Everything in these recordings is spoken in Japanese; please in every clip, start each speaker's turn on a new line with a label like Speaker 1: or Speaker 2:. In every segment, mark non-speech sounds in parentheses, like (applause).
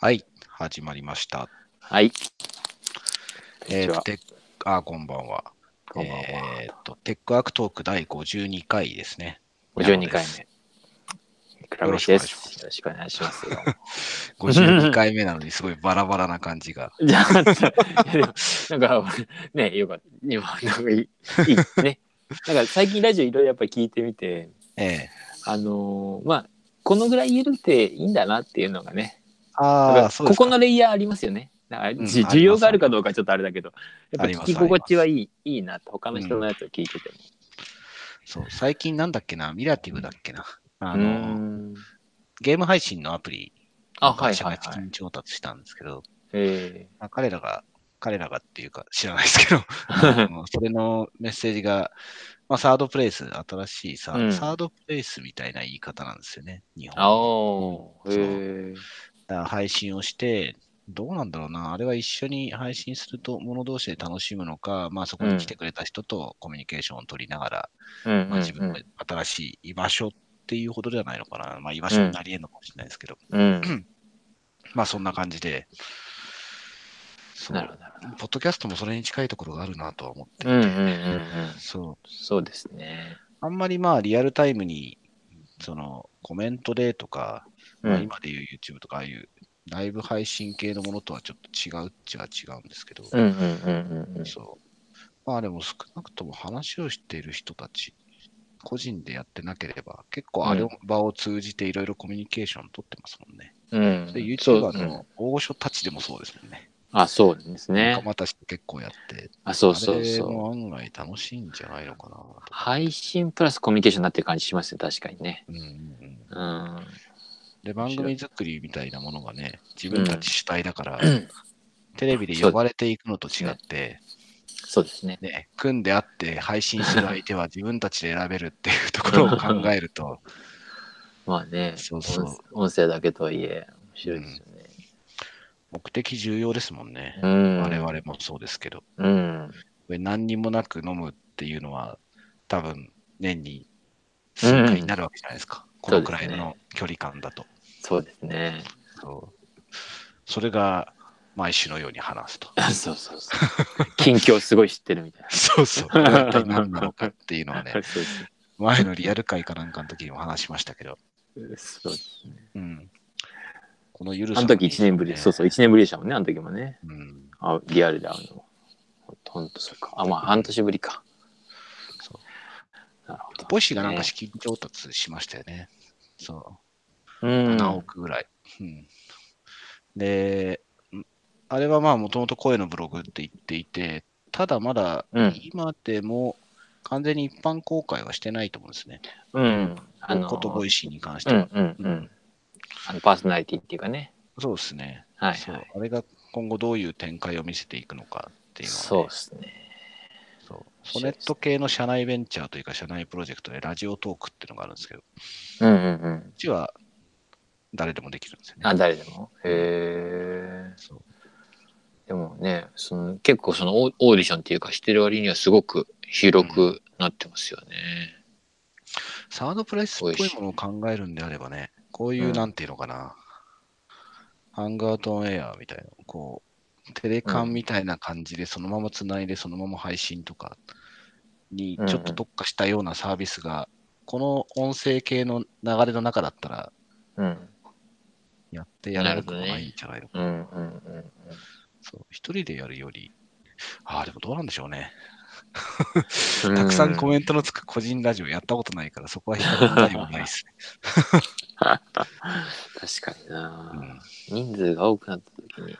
Speaker 1: はい、始まりました。
Speaker 2: はい。
Speaker 1: え
Speaker 2: こ
Speaker 1: ー、
Speaker 2: んにちは
Speaker 1: テックあ、こんばんは。
Speaker 2: こんばんは
Speaker 1: えーっと、テックアクトーク第52回ですね。
Speaker 2: 52回目。クラブで
Speaker 1: よ
Speaker 2: す。よろしくお願いします。
Speaker 1: 52回目なのに、すごいバラバラな感じが。
Speaker 2: じゃあ、でもなんか、ね、よかった。今、なんかいい、いいね。 (laughs) なんか最近ラジオいろいろやっぱり聞いてみて、
Speaker 1: ええ
Speaker 2: あのーまあ、このぐらい言えるっていいんだなっていうのがね、
Speaker 1: あ
Speaker 2: なん
Speaker 1: あ、
Speaker 2: か
Speaker 1: そう
Speaker 2: こ
Speaker 1: ですか
Speaker 2: このレイヤーありますよね。なんかじ
Speaker 1: うん
Speaker 2: 需要があるかどうかちょっとあれだけど、やっぱ聞き心地はいいいいなって、他の人のやつを聞いてても。
Speaker 1: そう最近なんだっけな、ミラティブだっけな。あ
Speaker 2: う
Speaker 1: の、
Speaker 2: ん
Speaker 1: ゲーム配信のアプリ、
Speaker 2: あ、はいはい
Speaker 1: 社が
Speaker 2: は
Speaker 1: 資
Speaker 2: い。
Speaker 1: 金調達したんですけど、
Speaker 2: え
Speaker 1: まあ彼らが、彼らがっていうか知らないですけど、
Speaker 2: (laughs)
Speaker 1: あのそれのメッセージが、まあ、サードプレイス、新しいさ、
Speaker 2: うん
Speaker 1: サードプレイスみたいな言い方なんですよね、日本
Speaker 2: ー、あ。おー、へえ。
Speaker 1: だから配信をして、どうなんだろうな、あれは一緒に配信すると、者同士で楽しむのか、まあ、そこに来てくれた人とコミュニケーションを取りながら、
Speaker 2: うんうんうん
Speaker 1: まあ、自分の新しい居場所っていうほどじゃないのかな、まあ、居場所になり得るのかもしれないですけど、
Speaker 2: うん。
Speaker 1: まあ、そんな感じで、そ
Speaker 2: なる
Speaker 1: う、
Speaker 2: ほどなる
Speaker 1: ポッドキャストもそれに近いところがあるなとは思って、
Speaker 2: ほど。うんうんうんうん。
Speaker 1: そう、
Speaker 2: そうですね。
Speaker 1: あんまりまあリアルタイムにそのコメントでとか、
Speaker 2: う
Speaker 1: まあ
Speaker 2: ん
Speaker 1: 今でいう YouTube とかああいうライブ配信系のものとはちょっと違うっちゃ違うんですけど、
Speaker 2: うんうんうんうん
Speaker 1: そうまあでも少なくとも話をしている人たち、個人でやってなければ結構あれを場を通じていろいろコミュニケーション取ってますもんね。
Speaker 2: うん。
Speaker 1: で
Speaker 2: そう
Speaker 1: YouTuber
Speaker 2: うん
Speaker 1: の大御所たちでもそうですもんね。
Speaker 2: あ、そうですね
Speaker 1: 仲。間たちと結構やって、
Speaker 2: あ、そうそう
Speaker 1: あれ
Speaker 2: そう。
Speaker 1: も案外楽しいんじゃないのかなと。
Speaker 2: 配信プラスコミュニケーションになってる感じしますね、確かにね。
Speaker 1: うんうんうん
Speaker 2: うん。
Speaker 1: で、
Speaker 2: 面
Speaker 1: 番
Speaker 2: 白い
Speaker 1: 組作りみたいなものがね、自分たち主体だから、
Speaker 2: ん
Speaker 1: テレビで呼ばれていくのと違って、
Speaker 2: そうですね。
Speaker 1: ね、組んであって配信する相手は自分たちで選べるっていうところを考えると、
Speaker 2: まあね、
Speaker 1: そうそう
Speaker 2: 音音声だけとはいえ、面白いですよね。
Speaker 1: 目的重要ですもんね。
Speaker 2: うん。
Speaker 1: 我々もそうですけど、
Speaker 2: うん。
Speaker 1: これ何にもなく飲むっていうのは、多分年に数回になるわけじゃないですか。このくらいの距離感だと。
Speaker 2: そうですね。 (laughs)
Speaker 1: そうそれが毎週のように話
Speaker 2: (laughs)
Speaker 1: すと。
Speaker 2: あそうそうそう。近況すごい知ってるみたいな。
Speaker 1: そう
Speaker 2: (laughs)
Speaker 1: そう。これは一体何 (laughs) なのかっていうのはね
Speaker 2: そ、うです
Speaker 1: 前のリアル会かなんかの時にも話しましたけど、
Speaker 2: そうですね。
Speaker 1: うん、このゆるさ
Speaker 2: あ
Speaker 1: に
Speaker 2: の時1年ぶり、
Speaker 1: ね
Speaker 2: そうそう、1年ぶりでしたもんね、あの時もね。
Speaker 1: うん、
Speaker 2: あリアルで会うのも。ほんとそっか。あ、まあ半年ぶりか。
Speaker 1: そ
Speaker 2: なるほど。
Speaker 1: ボイシーがなんか資金調達しましたよね。そうう、
Speaker 2: ん。
Speaker 1: 7億ぐらい。うん、で、んあれはまあもともと声のブログって言っていて、ただまだ
Speaker 2: うん。
Speaker 1: 今でも完全に一般公開はしてないと思うんですね。
Speaker 2: うん。
Speaker 1: あ
Speaker 2: あの、
Speaker 1: ことボイシーに関して
Speaker 2: う
Speaker 1: は。
Speaker 2: んうんうん。あのパーソナリティっていうかね。
Speaker 1: そうですね、
Speaker 2: はい、
Speaker 1: そ
Speaker 2: は
Speaker 1: う
Speaker 2: い。。
Speaker 1: あれが今後どういう展開を見せていくのかっていうのは、ね。
Speaker 2: そうですね。
Speaker 1: そう。ソネット系の社内ベンチャーというか、社内プロジェクトでラジオトークっていうのがあるんですけど、う
Speaker 2: うんうんうん。
Speaker 1: ちは誰でもできるんですよね。
Speaker 2: あ、誰でも。へえ。
Speaker 1: そう
Speaker 2: でもね、その結構そのオーオーディションっていうかしてる割にはすごく広くなってますよね。
Speaker 1: サードプレイスっぽいものを考えるんであればね、こういうう、
Speaker 2: ん
Speaker 1: なんていうのかな、ハングアウトオンエアみたいな、こう、テレカンみたいな感じで、そのままつないで、そのまま配信とかにちょっと特化したようなサービスが、この音声系の流れの中だったら、
Speaker 2: うん。
Speaker 1: やってやらなくもないんじゃないのかな
Speaker 2: うんうんうん
Speaker 1: そう、一人でやるより、ああ、でもどうなんでしょうね。
Speaker 2: うん。
Speaker 1: たくさんコ
Speaker 2: ン
Speaker 1: メントのつく個人ラジオやったことないから、そこは比較対もない
Speaker 2: (laughs)
Speaker 1: ですね。
Speaker 2: 確かにな、
Speaker 1: うん
Speaker 2: 人数が多くなった時に
Speaker 1: え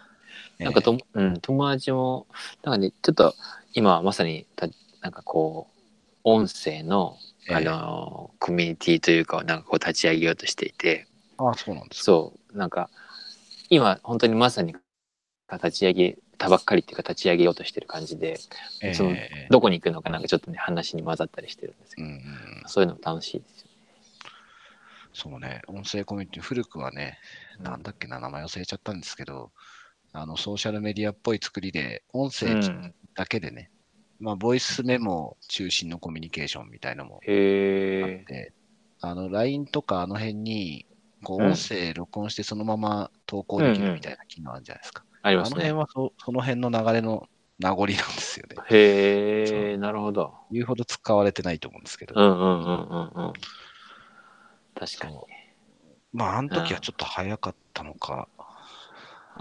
Speaker 1: え
Speaker 2: なんかとも、うん、友達も、なんかね、ちょっと今まさにた、なんかこう、音声の、
Speaker 1: ええ
Speaker 2: あのーコミュニティというか、なんかこう立ち上げようとしていて、
Speaker 1: ああ、そうなんですか。
Speaker 2: そう、なんか、今本当にまさに立ち上げたばっかりっていうか立ち上げようとしてる感じで、
Speaker 1: ええ
Speaker 2: その
Speaker 1: ええ
Speaker 2: どこに行くのかなんかちょっとね、話に混ざったりしてるんですけ
Speaker 1: う
Speaker 2: ど、
Speaker 1: んうん、
Speaker 2: そういうのも楽しいですよ
Speaker 1: そうね、音声コミュニティ、古くはね、
Speaker 2: ね。
Speaker 1: なんだっけな、名前忘れちゃったんですけど、あのソーシャルメディアっぽい作りで、音
Speaker 2: う
Speaker 1: 声
Speaker 2: ん、
Speaker 1: だけでね、まあ、ボイスメモ中心のコミュニケーションみたいのも
Speaker 2: へ
Speaker 1: あっ
Speaker 2: え。
Speaker 1: て、あの LINE とかあの辺にこう
Speaker 2: うん
Speaker 1: 音声録音してそのまま投稿できるみたいな機能あるじゃないですか。
Speaker 2: あり
Speaker 1: あ
Speaker 2: ま
Speaker 1: の
Speaker 2: す
Speaker 1: 辺
Speaker 2: ね。
Speaker 1: はそその辺の流れの名残なんですよね。
Speaker 2: へえ、なるほど。
Speaker 1: 言うほど使われてないと思うんですけど。
Speaker 2: うんうんうんうんうん。確かに。
Speaker 1: まあ、あの時はちょっと早かったのか、
Speaker 2: あーあ、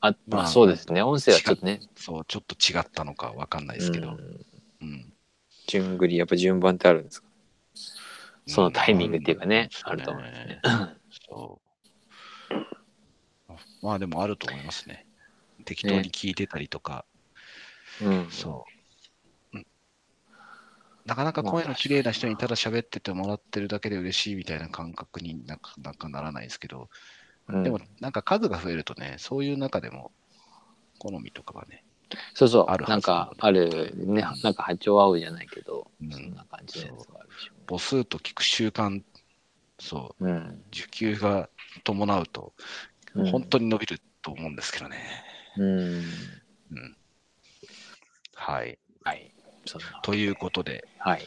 Speaker 2: ま
Speaker 1: ま
Speaker 2: あ
Speaker 1: あ
Speaker 2: そうですね。音声はちょっとね。
Speaker 1: そう、ちょっと違ったのかわかんないですけど。
Speaker 2: うん
Speaker 1: うん
Speaker 2: 順繰り、やっぱ順番ってあるんですかそのタイミングっていうかね、
Speaker 1: うん
Speaker 2: あると思いますね。
Speaker 1: そうまあでもあると思いますね。適当に聞いてたりとか、
Speaker 2: うん。
Speaker 1: そう、うんなかなか声の綺麗な人にただ喋っててもらってるだけで嬉しいみたいな感覚になかなかならないですけど、
Speaker 2: うん
Speaker 1: でもなんか数が増えるとね、そういう中でも好みとかがね、
Speaker 2: そうそう、
Speaker 1: あるはず
Speaker 2: なんか、ある、ね、なんか波長合うじゃないけど、
Speaker 1: うん
Speaker 2: そんな感じのやつがあるでしょうね
Speaker 1: 母数と聞く習慣、そう、
Speaker 2: うん。
Speaker 1: 受給が伴うと、
Speaker 2: うん
Speaker 1: 本当に伸びると思うんですけどね。
Speaker 2: うん。
Speaker 1: うんはい。
Speaker 2: はい。そんな。
Speaker 1: ということで、
Speaker 2: はい。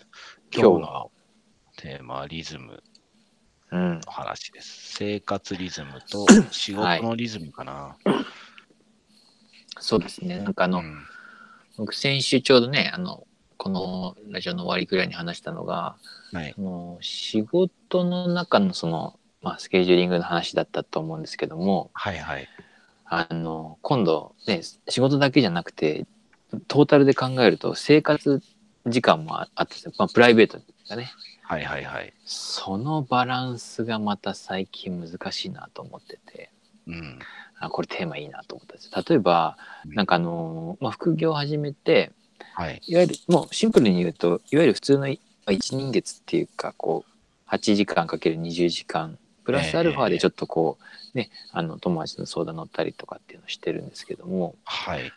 Speaker 2: 今日
Speaker 1: 今日
Speaker 2: は
Speaker 1: のテーマはリズム
Speaker 2: うん。
Speaker 1: の話です。生活リズム
Speaker 2: (clears throat)
Speaker 1: と仕事のリズムかな。
Speaker 2: そうですね。なんかあの、
Speaker 1: うん
Speaker 2: 僕先週ちょうどね、あの、このラジオの終わりくらいに話したのが、
Speaker 1: はい。
Speaker 2: その仕事の中のその、まあ、スケジューリングの話だったと思うんですけども、
Speaker 1: はいはい。
Speaker 2: あの、今度ね、仕事だけじゃなくて、トータルで考えると生活時間もああって、まあ、プライベートがね、
Speaker 1: はいはいはい。
Speaker 2: そのバランスがまた最近難しいなと思ってて、
Speaker 1: うん。
Speaker 2: あこれテーマいいなと思ったんですよ例えば
Speaker 1: うん
Speaker 2: なんかあのー、まあ、副業を始めて
Speaker 1: はい。
Speaker 2: いわゆるもうシンプルに言うといわゆる普通のいまあ一人月っていうかこう8時間かける20時間プラスアルファ
Speaker 1: え
Speaker 2: で
Speaker 1: え
Speaker 2: ちょっとこう、ねあの友達の相談乗ったりとかっていうのをしてるんですけども
Speaker 1: はい。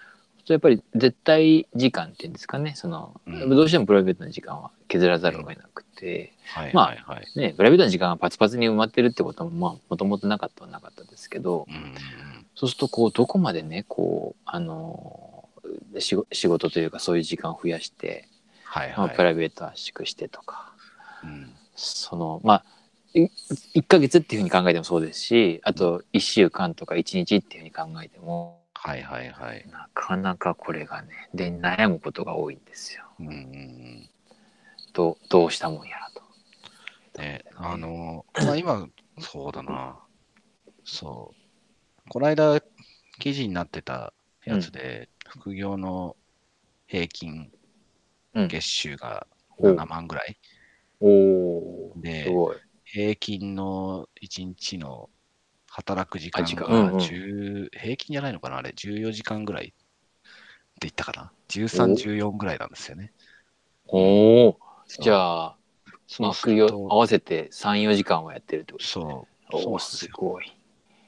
Speaker 2: やっぱり絶対時間っていうんですかねその、
Speaker 1: うん
Speaker 2: どうしてもプライベートの時間は削らざるを得なくて、
Speaker 1: はい
Speaker 2: まあ
Speaker 1: はいはい。
Speaker 2: ね、プライベートの時間がパツパツに埋まってるってこともまあもともとなかったはなかったですけど、
Speaker 1: うんうん
Speaker 2: そうするとこうどこまでねこうあのー仕事仕事というかそういう時間を増やして、
Speaker 1: はい
Speaker 2: まあ、
Speaker 1: は
Speaker 2: プ
Speaker 1: い。
Speaker 2: ライベート圧縮してとか、
Speaker 1: うん
Speaker 2: そのまあ1ヶ月っていうふうに考えてもそうですしあと1週間とか1日っていうふうに考えても
Speaker 1: はいはいはい。
Speaker 2: なかなかこれがねで悩むことが多いんですよ
Speaker 1: うんうんうん
Speaker 2: どうどうしたもんやらと。
Speaker 1: ね、あの、まあ、今、そうだな。そう。この間、記事になってたやつで、副業の平均
Speaker 2: うん、
Speaker 1: 月収が
Speaker 2: お
Speaker 1: 7万ぐらい。
Speaker 2: おおーす
Speaker 1: で、
Speaker 2: ごい。
Speaker 1: 平均の1日の働く時間
Speaker 2: あ時間
Speaker 1: が
Speaker 2: うんうん
Speaker 1: 10平均じゃないのかなあれ、14時間ぐらいって言ったかな ?13、14ぐらいなんですよね。
Speaker 2: おおじ
Speaker 1: あ、
Speaker 2: ゃあ
Speaker 1: そ
Speaker 2: まあ
Speaker 1: うす
Speaker 2: 副
Speaker 1: る
Speaker 2: 業
Speaker 1: と
Speaker 2: 合わせて34時間はやってるってことですね。
Speaker 1: そう。そう
Speaker 2: お
Speaker 1: なん
Speaker 2: お
Speaker 1: です
Speaker 2: す
Speaker 1: よ
Speaker 2: ごい。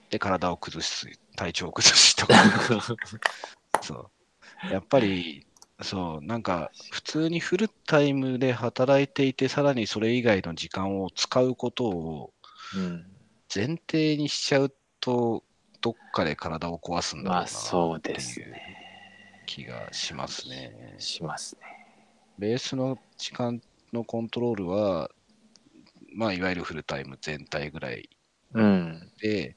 Speaker 1: で、体を崩す、体調を崩す
Speaker 2: (laughs)
Speaker 1: とか。そう。やっぱり、そう、なんか、普通にフルタイムで働いていて、さらにそれ以外の時間を使うことを
Speaker 2: うん
Speaker 1: 前提にしちゃうと、どっかで体を壊すんだろう
Speaker 2: ま
Speaker 1: な
Speaker 2: あ
Speaker 1: っ
Speaker 2: そう
Speaker 1: てい
Speaker 2: です
Speaker 1: う
Speaker 2: ね。
Speaker 1: 気がしますね。
Speaker 2: しますね。
Speaker 1: ベースの時間のコントロールは、まあ、いわゆるフルタイム全体ぐらい
Speaker 2: うん。
Speaker 1: で、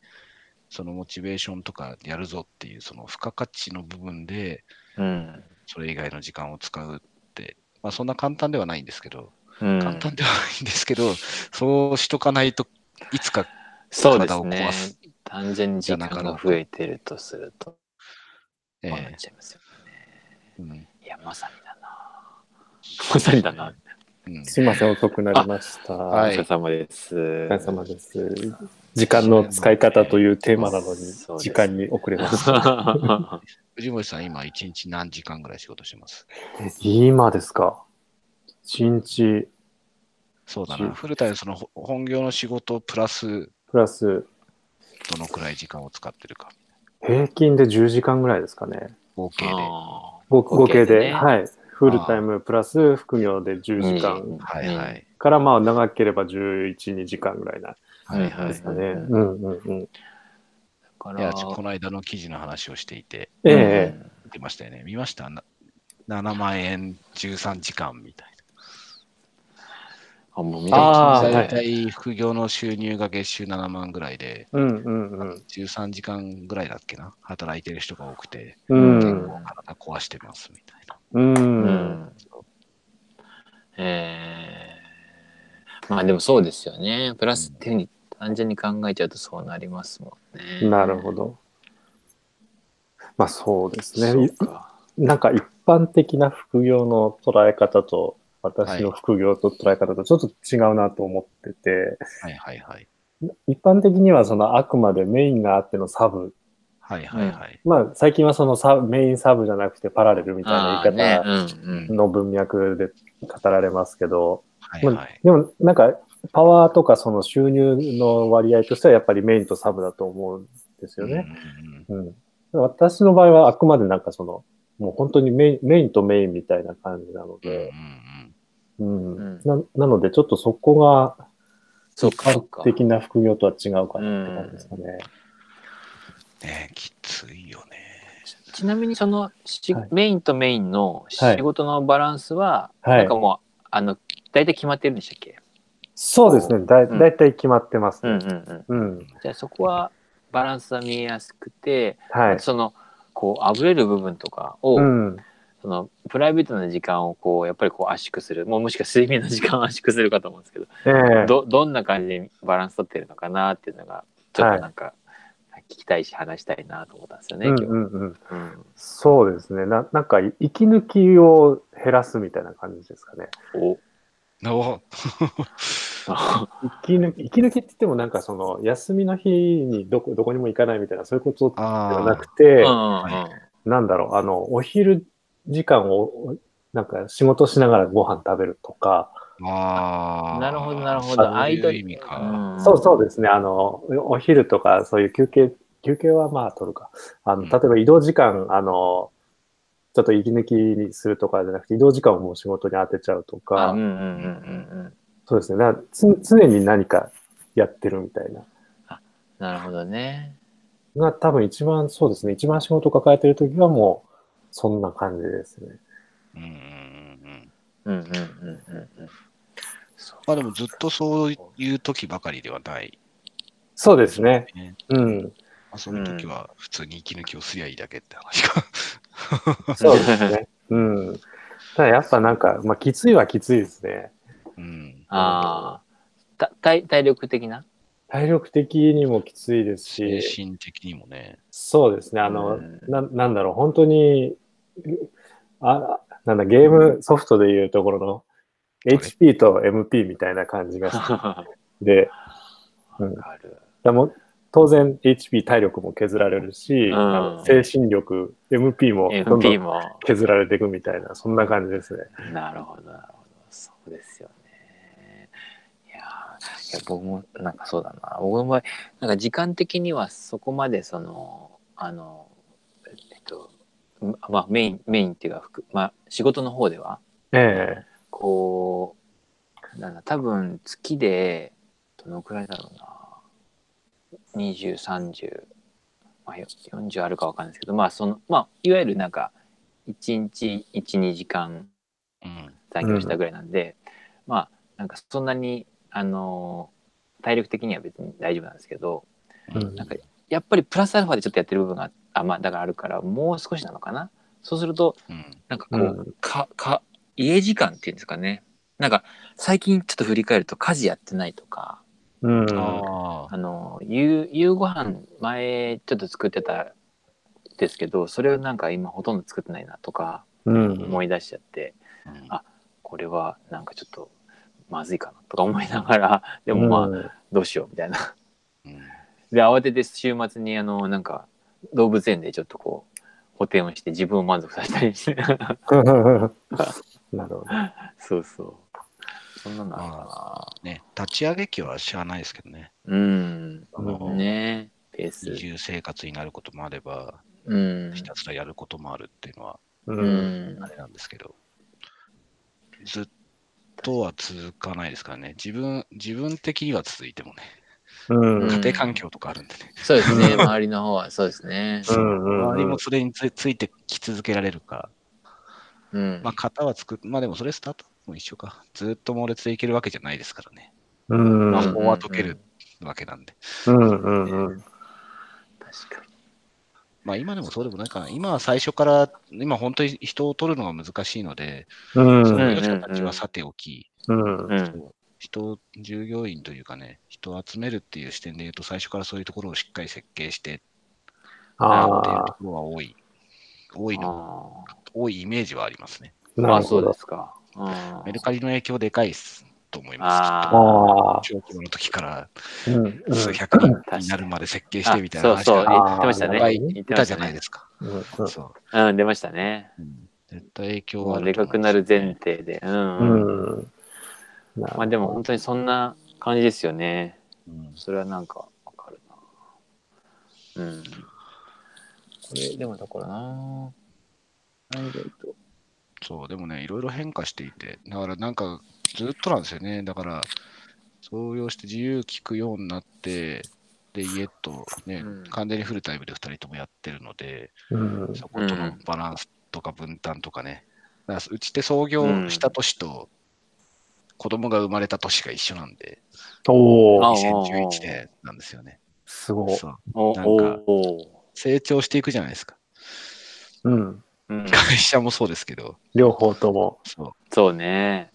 Speaker 1: そのモチベーションとかやるぞっていう、その付加価値の部分で、
Speaker 2: うん。
Speaker 1: それ以外の時間を使うって、まあ、そんな簡単ではないんですけど、
Speaker 2: うん、
Speaker 1: 簡単ではないんですけど、そうしとかないといつか、
Speaker 2: そうです
Speaker 1: 体を
Speaker 2: ね
Speaker 1: 壊す。
Speaker 2: 単純に時間が増えてるとすると、
Speaker 1: え
Speaker 2: こうなっ
Speaker 1: え
Speaker 2: ちゃいますよね。
Speaker 1: うん
Speaker 2: いや、まさにだな。まさにだな。
Speaker 1: うん
Speaker 3: すいません、遅くなりました。
Speaker 2: お
Speaker 1: は
Speaker 2: 疲
Speaker 1: い
Speaker 2: れ様です。
Speaker 3: お疲れ様です。時間の使い方というテーマなのに
Speaker 2: そう、です
Speaker 3: 時間に遅れました。
Speaker 1: 藤森さん、今、一日何時間ぐらい仕事してます
Speaker 3: (laughs) 今ですか一日
Speaker 1: そうだ
Speaker 3: そう
Speaker 1: な、フルタイム、そのほ本業の仕事プラス、
Speaker 3: プラス
Speaker 1: どのくらい時間を使ってるか、
Speaker 3: 平均で10時間ぐらいですかね。
Speaker 1: 合計で。
Speaker 2: あ
Speaker 3: 合
Speaker 2: 合
Speaker 3: 合
Speaker 2: 計
Speaker 3: 計
Speaker 2: でね
Speaker 3: で、はい。フルタイムプラス副業で10時
Speaker 2: う
Speaker 3: 間
Speaker 2: ん
Speaker 1: はいはい。
Speaker 3: から、まあ長ければ11、2時間ぐらいな
Speaker 2: うん
Speaker 1: はいは
Speaker 3: ん
Speaker 1: い。
Speaker 3: ですか
Speaker 1: い
Speaker 3: ね。
Speaker 2: う
Speaker 3: うんうんうん。
Speaker 2: ー
Speaker 1: や、ちょこの間の記事の話をしていて、
Speaker 3: ええ
Speaker 2: え。
Speaker 1: 出ましたよね。見ましたな ?7 万円13時間みたいな。
Speaker 2: ああ、もう見たこと
Speaker 3: あー
Speaker 1: 大体副業の収入が月収7万ぐらいで、
Speaker 3: うんうん
Speaker 1: 13時間ぐらいだっけな、働いてる人が多くて、
Speaker 3: う
Speaker 1: 結
Speaker 3: ん。
Speaker 1: 構体壊してますみたいな。
Speaker 3: うん。う。
Speaker 2: うんん。えー、まあでもそうですよね。プラスっていうふうに単純に考えちゃうとそうなりますもんね。
Speaker 3: なるほど。まあそうです
Speaker 2: そ
Speaker 3: ね
Speaker 2: う。か。
Speaker 3: なんか一般的な副業の捉え方と、私の副業と捉え方とちょっと違うなと思ってて、
Speaker 1: はいはいはい。
Speaker 3: 一般的にはそのあくまでメインがあってのサブ。
Speaker 1: はいはいはい。
Speaker 3: まあ最近はそのサブメインサブじゃなくてパラレルみたいな
Speaker 2: ああ
Speaker 3: 言い
Speaker 2: ね、
Speaker 3: 方
Speaker 2: うんうん。
Speaker 3: の文脈で語られますけど、
Speaker 1: はい
Speaker 3: ま
Speaker 1: は
Speaker 3: あ
Speaker 1: い。
Speaker 3: でもなんかパワーとかその収入の割合としてはやっぱりメインとサブだと思うんですよね。
Speaker 1: うんうんうん
Speaker 3: うん。私の場合はあくまでなんかその、もう本当にメインメインとメインみたいな感じなの
Speaker 1: うんうん
Speaker 3: で、
Speaker 1: うん
Speaker 3: うん。
Speaker 2: うん
Speaker 3: ななので、ちょっとそこが
Speaker 2: そうか、そうか。
Speaker 3: 的な副業とは違うかなって感じですかね。
Speaker 1: ねきついよね。
Speaker 2: ちなみにその、し
Speaker 3: はい
Speaker 2: メインとメインの
Speaker 3: はい
Speaker 2: 仕事のバランスは、
Speaker 3: は
Speaker 2: なん
Speaker 3: い
Speaker 2: か。もう、あの、大体決まってるんでしたっけ
Speaker 3: そうですね。だい
Speaker 2: うん
Speaker 3: だいたい決まってます
Speaker 2: うん
Speaker 3: ね
Speaker 2: う。んうん。
Speaker 3: うん。
Speaker 2: じゃあそこはバランスは見えやすくて、
Speaker 3: はい。
Speaker 2: その、こう、あぶれる部分とかを、
Speaker 3: うん。
Speaker 2: そのプライベートな時間をこうやっぱりこう圧縮するもうもしくは睡眠の時間を圧縮するかと思うんですけど、
Speaker 3: ええ
Speaker 2: どどんな感じでバランス取ってるのかなっていうのがちょっとなんか聞きたいし話したいなと思ったんですよね、
Speaker 3: うん
Speaker 2: 今
Speaker 3: う
Speaker 2: 日。
Speaker 3: んうん。
Speaker 2: うん
Speaker 3: そうですね。ななんか、息抜きを減らすみたいな感じですかね。
Speaker 2: お
Speaker 1: お
Speaker 3: 息抜き、息抜きって言ってもなんかその、休みの日にどこ、どこにも行かないみたいな、そういうことではな
Speaker 1: あ
Speaker 3: くて、
Speaker 2: うん
Speaker 3: なんだろう、あの、お昼時間を、なんか仕事しながらご飯食べるとか、
Speaker 1: ーあー。
Speaker 2: なるほどなるほ
Speaker 3: あ
Speaker 2: ど
Speaker 1: そう
Speaker 2: 間
Speaker 1: いう意味か。
Speaker 3: そうそうですすね、あの、お昼とかそういう休憩、休憩はまあ取るか。あ
Speaker 1: う
Speaker 3: の、
Speaker 1: ん
Speaker 3: 例えば移動時間、あの、ちょっと息抜きにするとかじゃなくて、移動時間をもう仕事に当てちゃうと
Speaker 2: あ
Speaker 3: か
Speaker 2: うん、うんうんうんうん
Speaker 3: そうですね、なつ常に何かやってるみたいな。
Speaker 2: なるほどね
Speaker 3: が多分一番、そうですね、一番仕事抱えてる時はもう、そんな感じですね。
Speaker 1: うんうんうんうん
Speaker 2: うんうんうんうんうんそう
Speaker 1: まあでもずっとそういう時ばかりではない。
Speaker 3: そうですね。
Speaker 1: ね
Speaker 3: うん。
Speaker 1: まあその時は普通に息抜きをすりゃいいだけって話か。
Speaker 3: そうですね。うん。ただやっぱなんか、まあ、きついはきついですね。
Speaker 1: うん。
Speaker 2: (laughs) あーた体体力的な
Speaker 3: 体力的にもきついです
Speaker 1: 精
Speaker 3: し、
Speaker 1: 神的にもね。
Speaker 3: そうですね。あの、 (laughs)
Speaker 2: うん
Speaker 3: ななんだろう、本当に、あ、なんだ、ゲームソフトでいうところの、
Speaker 1: れ
Speaker 3: HP と MP みたいな感じがし
Speaker 2: あ
Speaker 3: て、
Speaker 2: る
Speaker 3: でも当然 HP 体力も削られる
Speaker 2: う
Speaker 3: し、
Speaker 2: ん
Speaker 3: あの精神力、MP もどんど
Speaker 2: MP
Speaker 3: ん
Speaker 2: も
Speaker 3: 削られていくみたいな、そんな感じですね。
Speaker 2: なるほど、なるほど。そうですよね。いやー、いや僕もなんかそうだな。僕の場合、なんか時間的にはそこまでその、あの、えっと、ままあメイン、メインっていうか、ふくまあ仕事の方では、
Speaker 3: ええ
Speaker 2: こう、なんだ、多分月で、どのくらいだろうな。20、30、まあ、よ40あるかわかんないですけど、まあその、まあ、いわゆるなんか、1日1、2時間
Speaker 1: うん。
Speaker 2: 残業したぐらいなんで、まあなんかそんなにあのー体力的には別に大丈夫なんですけど
Speaker 3: うん
Speaker 2: なんかやっぱりプラスアルファでちょっとやってる部分があまあだからあるからもう少しなのかなそうすると
Speaker 1: うん。
Speaker 2: なんかこう、
Speaker 3: うん
Speaker 2: かか家時間っていうんですかねなんか最近ちょっと振り返ると家事やってないとか
Speaker 3: うん。
Speaker 1: ああ
Speaker 2: あ。の夕夕ご飯前ちょっと作ってたですけどそれをなんか今ほとんど作ってないなとか
Speaker 3: うん。
Speaker 2: 思い出しちゃって、
Speaker 1: うん
Speaker 2: あこれはなんかちょっとまずいかなとか思いながらでもまあ
Speaker 3: あ、
Speaker 2: どうしようみたいな。
Speaker 1: うん
Speaker 2: で慌てて週末にあのなんか動物園でちょっとこう補填をして自分を満足させたりして
Speaker 3: (laughs)
Speaker 2: (laughs)
Speaker 3: なるほど。
Speaker 2: そうそうそんなのあるか
Speaker 1: ね、立ち上げ期は知らないですけどね。
Speaker 2: なうん
Speaker 1: あの
Speaker 2: ねえペース
Speaker 1: 二重生活になることもあれば、
Speaker 2: うん
Speaker 1: ひたすらやることもあるっていうのは、
Speaker 3: う。
Speaker 2: うんん
Speaker 1: あれなんですけど、ずっとは続かないですからね。自分、自分的には続いてもね、
Speaker 3: うん。
Speaker 2: ん
Speaker 1: 家庭環境とかあるんでね。
Speaker 2: そうですね周りの方はそうですね
Speaker 3: うんうんうん
Speaker 1: 周りもそれにつついてき続けられるか、
Speaker 2: うん
Speaker 1: まあ、型は作っ、まあでもそれスタートアップも一緒か。ずっと猛烈でいけるわけじゃないですからね。
Speaker 3: うん。
Speaker 1: 魔
Speaker 3: う
Speaker 1: 法は解けるわけなんで。
Speaker 3: んうんうん。
Speaker 2: 確かに。
Speaker 1: まあ今でもそうでもないかな。今は最初から、今本当に人を取るのが難しいので、
Speaker 3: う
Speaker 1: その
Speaker 3: ん。
Speaker 1: 業者たちはさておき、
Speaker 3: うん。
Speaker 2: うん。
Speaker 1: 人を、従業員というかね、人を集めるっていう視点で言うと、最初からそういうところをしっかり設計してや
Speaker 3: あ
Speaker 1: っていると
Speaker 3: あ
Speaker 1: ころは多い。多いの、
Speaker 2: あ
Speaker 1: 多いイメージはありますね。
Speaker 3: ー。
Speaker 2: あ。
Speaker 3: な
Speaker 2: あ、
Speaker 3: るほ
Speaker 2: そうで
Speaker 3: ど。
Speaker 2: すか。あ
Speaker 1: メルカリの影響でかいっすと思います。
Speaker 3: ああ
Speaker 2: あ。
Speaker 1: きっと状況の時から
Speaker 3: うんうん
Speaker 1: 数百人になるまで設計してみたいな話
Speaker 2: そうそう。
Speaker 1: が
Speaker 3: あ
Speaker 2: 言ってましたね。
Speaker 3: あー
Speaker 1: い
Speaker 2: 言
Speaker 1: っ
Speaker 2: って
Speaker 1: た
Speaker 2: ま
Speaker 1: じ
Speaker 2: し
Speaker 1: ゃ
Speaker 2: た
Speaker 1: ないで
Speaker 2: ね。
Speaker 1: すか。
Speaker 3: うんうん
Speaker 1: そう
Speaker 2: うん、出ましたね。
Speaker 1: うん絶対影響は
Speaker 2: も
Speaker 1: あ
Speaker 2: う
Speaker 1: る
Speaker 2: で
Speaker 1: と
Speaker 2: か
Speaker 1: 思う
Speaker 2: く
Speaker 1: ん
Speaker 2: な
Speaker 1: ですよね
Speaker 2: る前提で。うん。
Speaker 3: うん。
Speaker 2: まあでも本当にそんな感じですよね。
Speaker 1: うん
Speaker 2: それはなんかわかるな。うん。これ、でもだからな。なんでと。
Speaker 1: そう、でもね、いろいろ変化していて、だからなんかずっとなんですよね。だから、創業して自由聞くようになって、で、家とね、
Speaker 2: うん
Speaker 1: 完全にフルタイムで2人ともやってるので、
Speaker 3: うん。
Speaker 1: そことのバランスとか分担とかね。だからうちって創業した年と、子供が生まれた年が一緒なんで、
Speaker 3: おー
Speaker 2: あ
Speaker 1: 2011年なんですよね。
Speaker 3: すごい。
Speaker 1: そう
Speaker 2: お
Speaker 1: なんか
Speaker 2: お
Speaker 1: 成長していくじゃないですか。
Speaker 3: うん。
Speaker 2: ー。うん。
Speaker 1: 会社もそうですけど、
Speaker 3: 両方とも。
Speaker 1: そう
Speaker 2: そうね。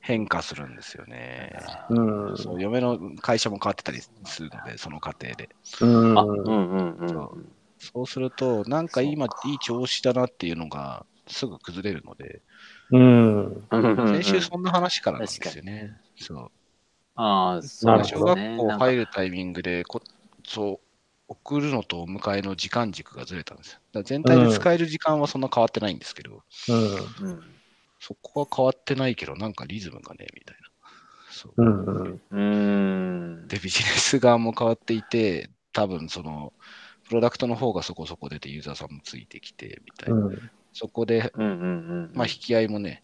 Speaker 1: 変化するんですよね。
Speaker 3: うん。
Speaker 1: そう嫁の会社も変わってたりするので、その過程で。
Speaker 3: うん。
Speaker 2: あ、うんうんうん
Speaker 1: そう
Speaker 2: うん。
Speaker 1: そうすると、なんか今
Speaker 2: そうか
Speaker 1: いい調子だなっていうのがすぐ崩れるので、
Speaker 3: うん。
Speaker 2: うんうんうん
Speaker 1: 先週そんな話からなんですよね。そう
Speaker 2: ああ、
Speaker 3: な
Speaker 2: そう
Speaker 3: る
Speaker 2: で
Speaker 3: ほ
Speaker 2: す
Speaker 1: 小
Speaker 3: ど
Speaker 1: 学
Speaker 2: ね。
Speaker 1: 校
Speaker 2: なんか
Speaker 1: 入るタイミングでこ、そう、送るのとお迎えの時間軸がずれたんですよ。だから全体で使える時間はそんな変わってないんですけど、
Speaker 3: うん。
Speaker 2: うん
Speaker 1: そこは変わってないけど、なんかリズムがね、みたいな。そう
Speaker 3: うんうん。
Speaker 2: うーん。
Speaker 1: で、ビジネス側も変わっていて、多分その、プロダクトの方がそこそこ出て、ユーザーさんもついてきて、みたいうな。
Speaker 3: ん。
Speaker 1: そこで、
Speaker 2: うんうんうん。
Speaker 1: まあ、引き合いもね、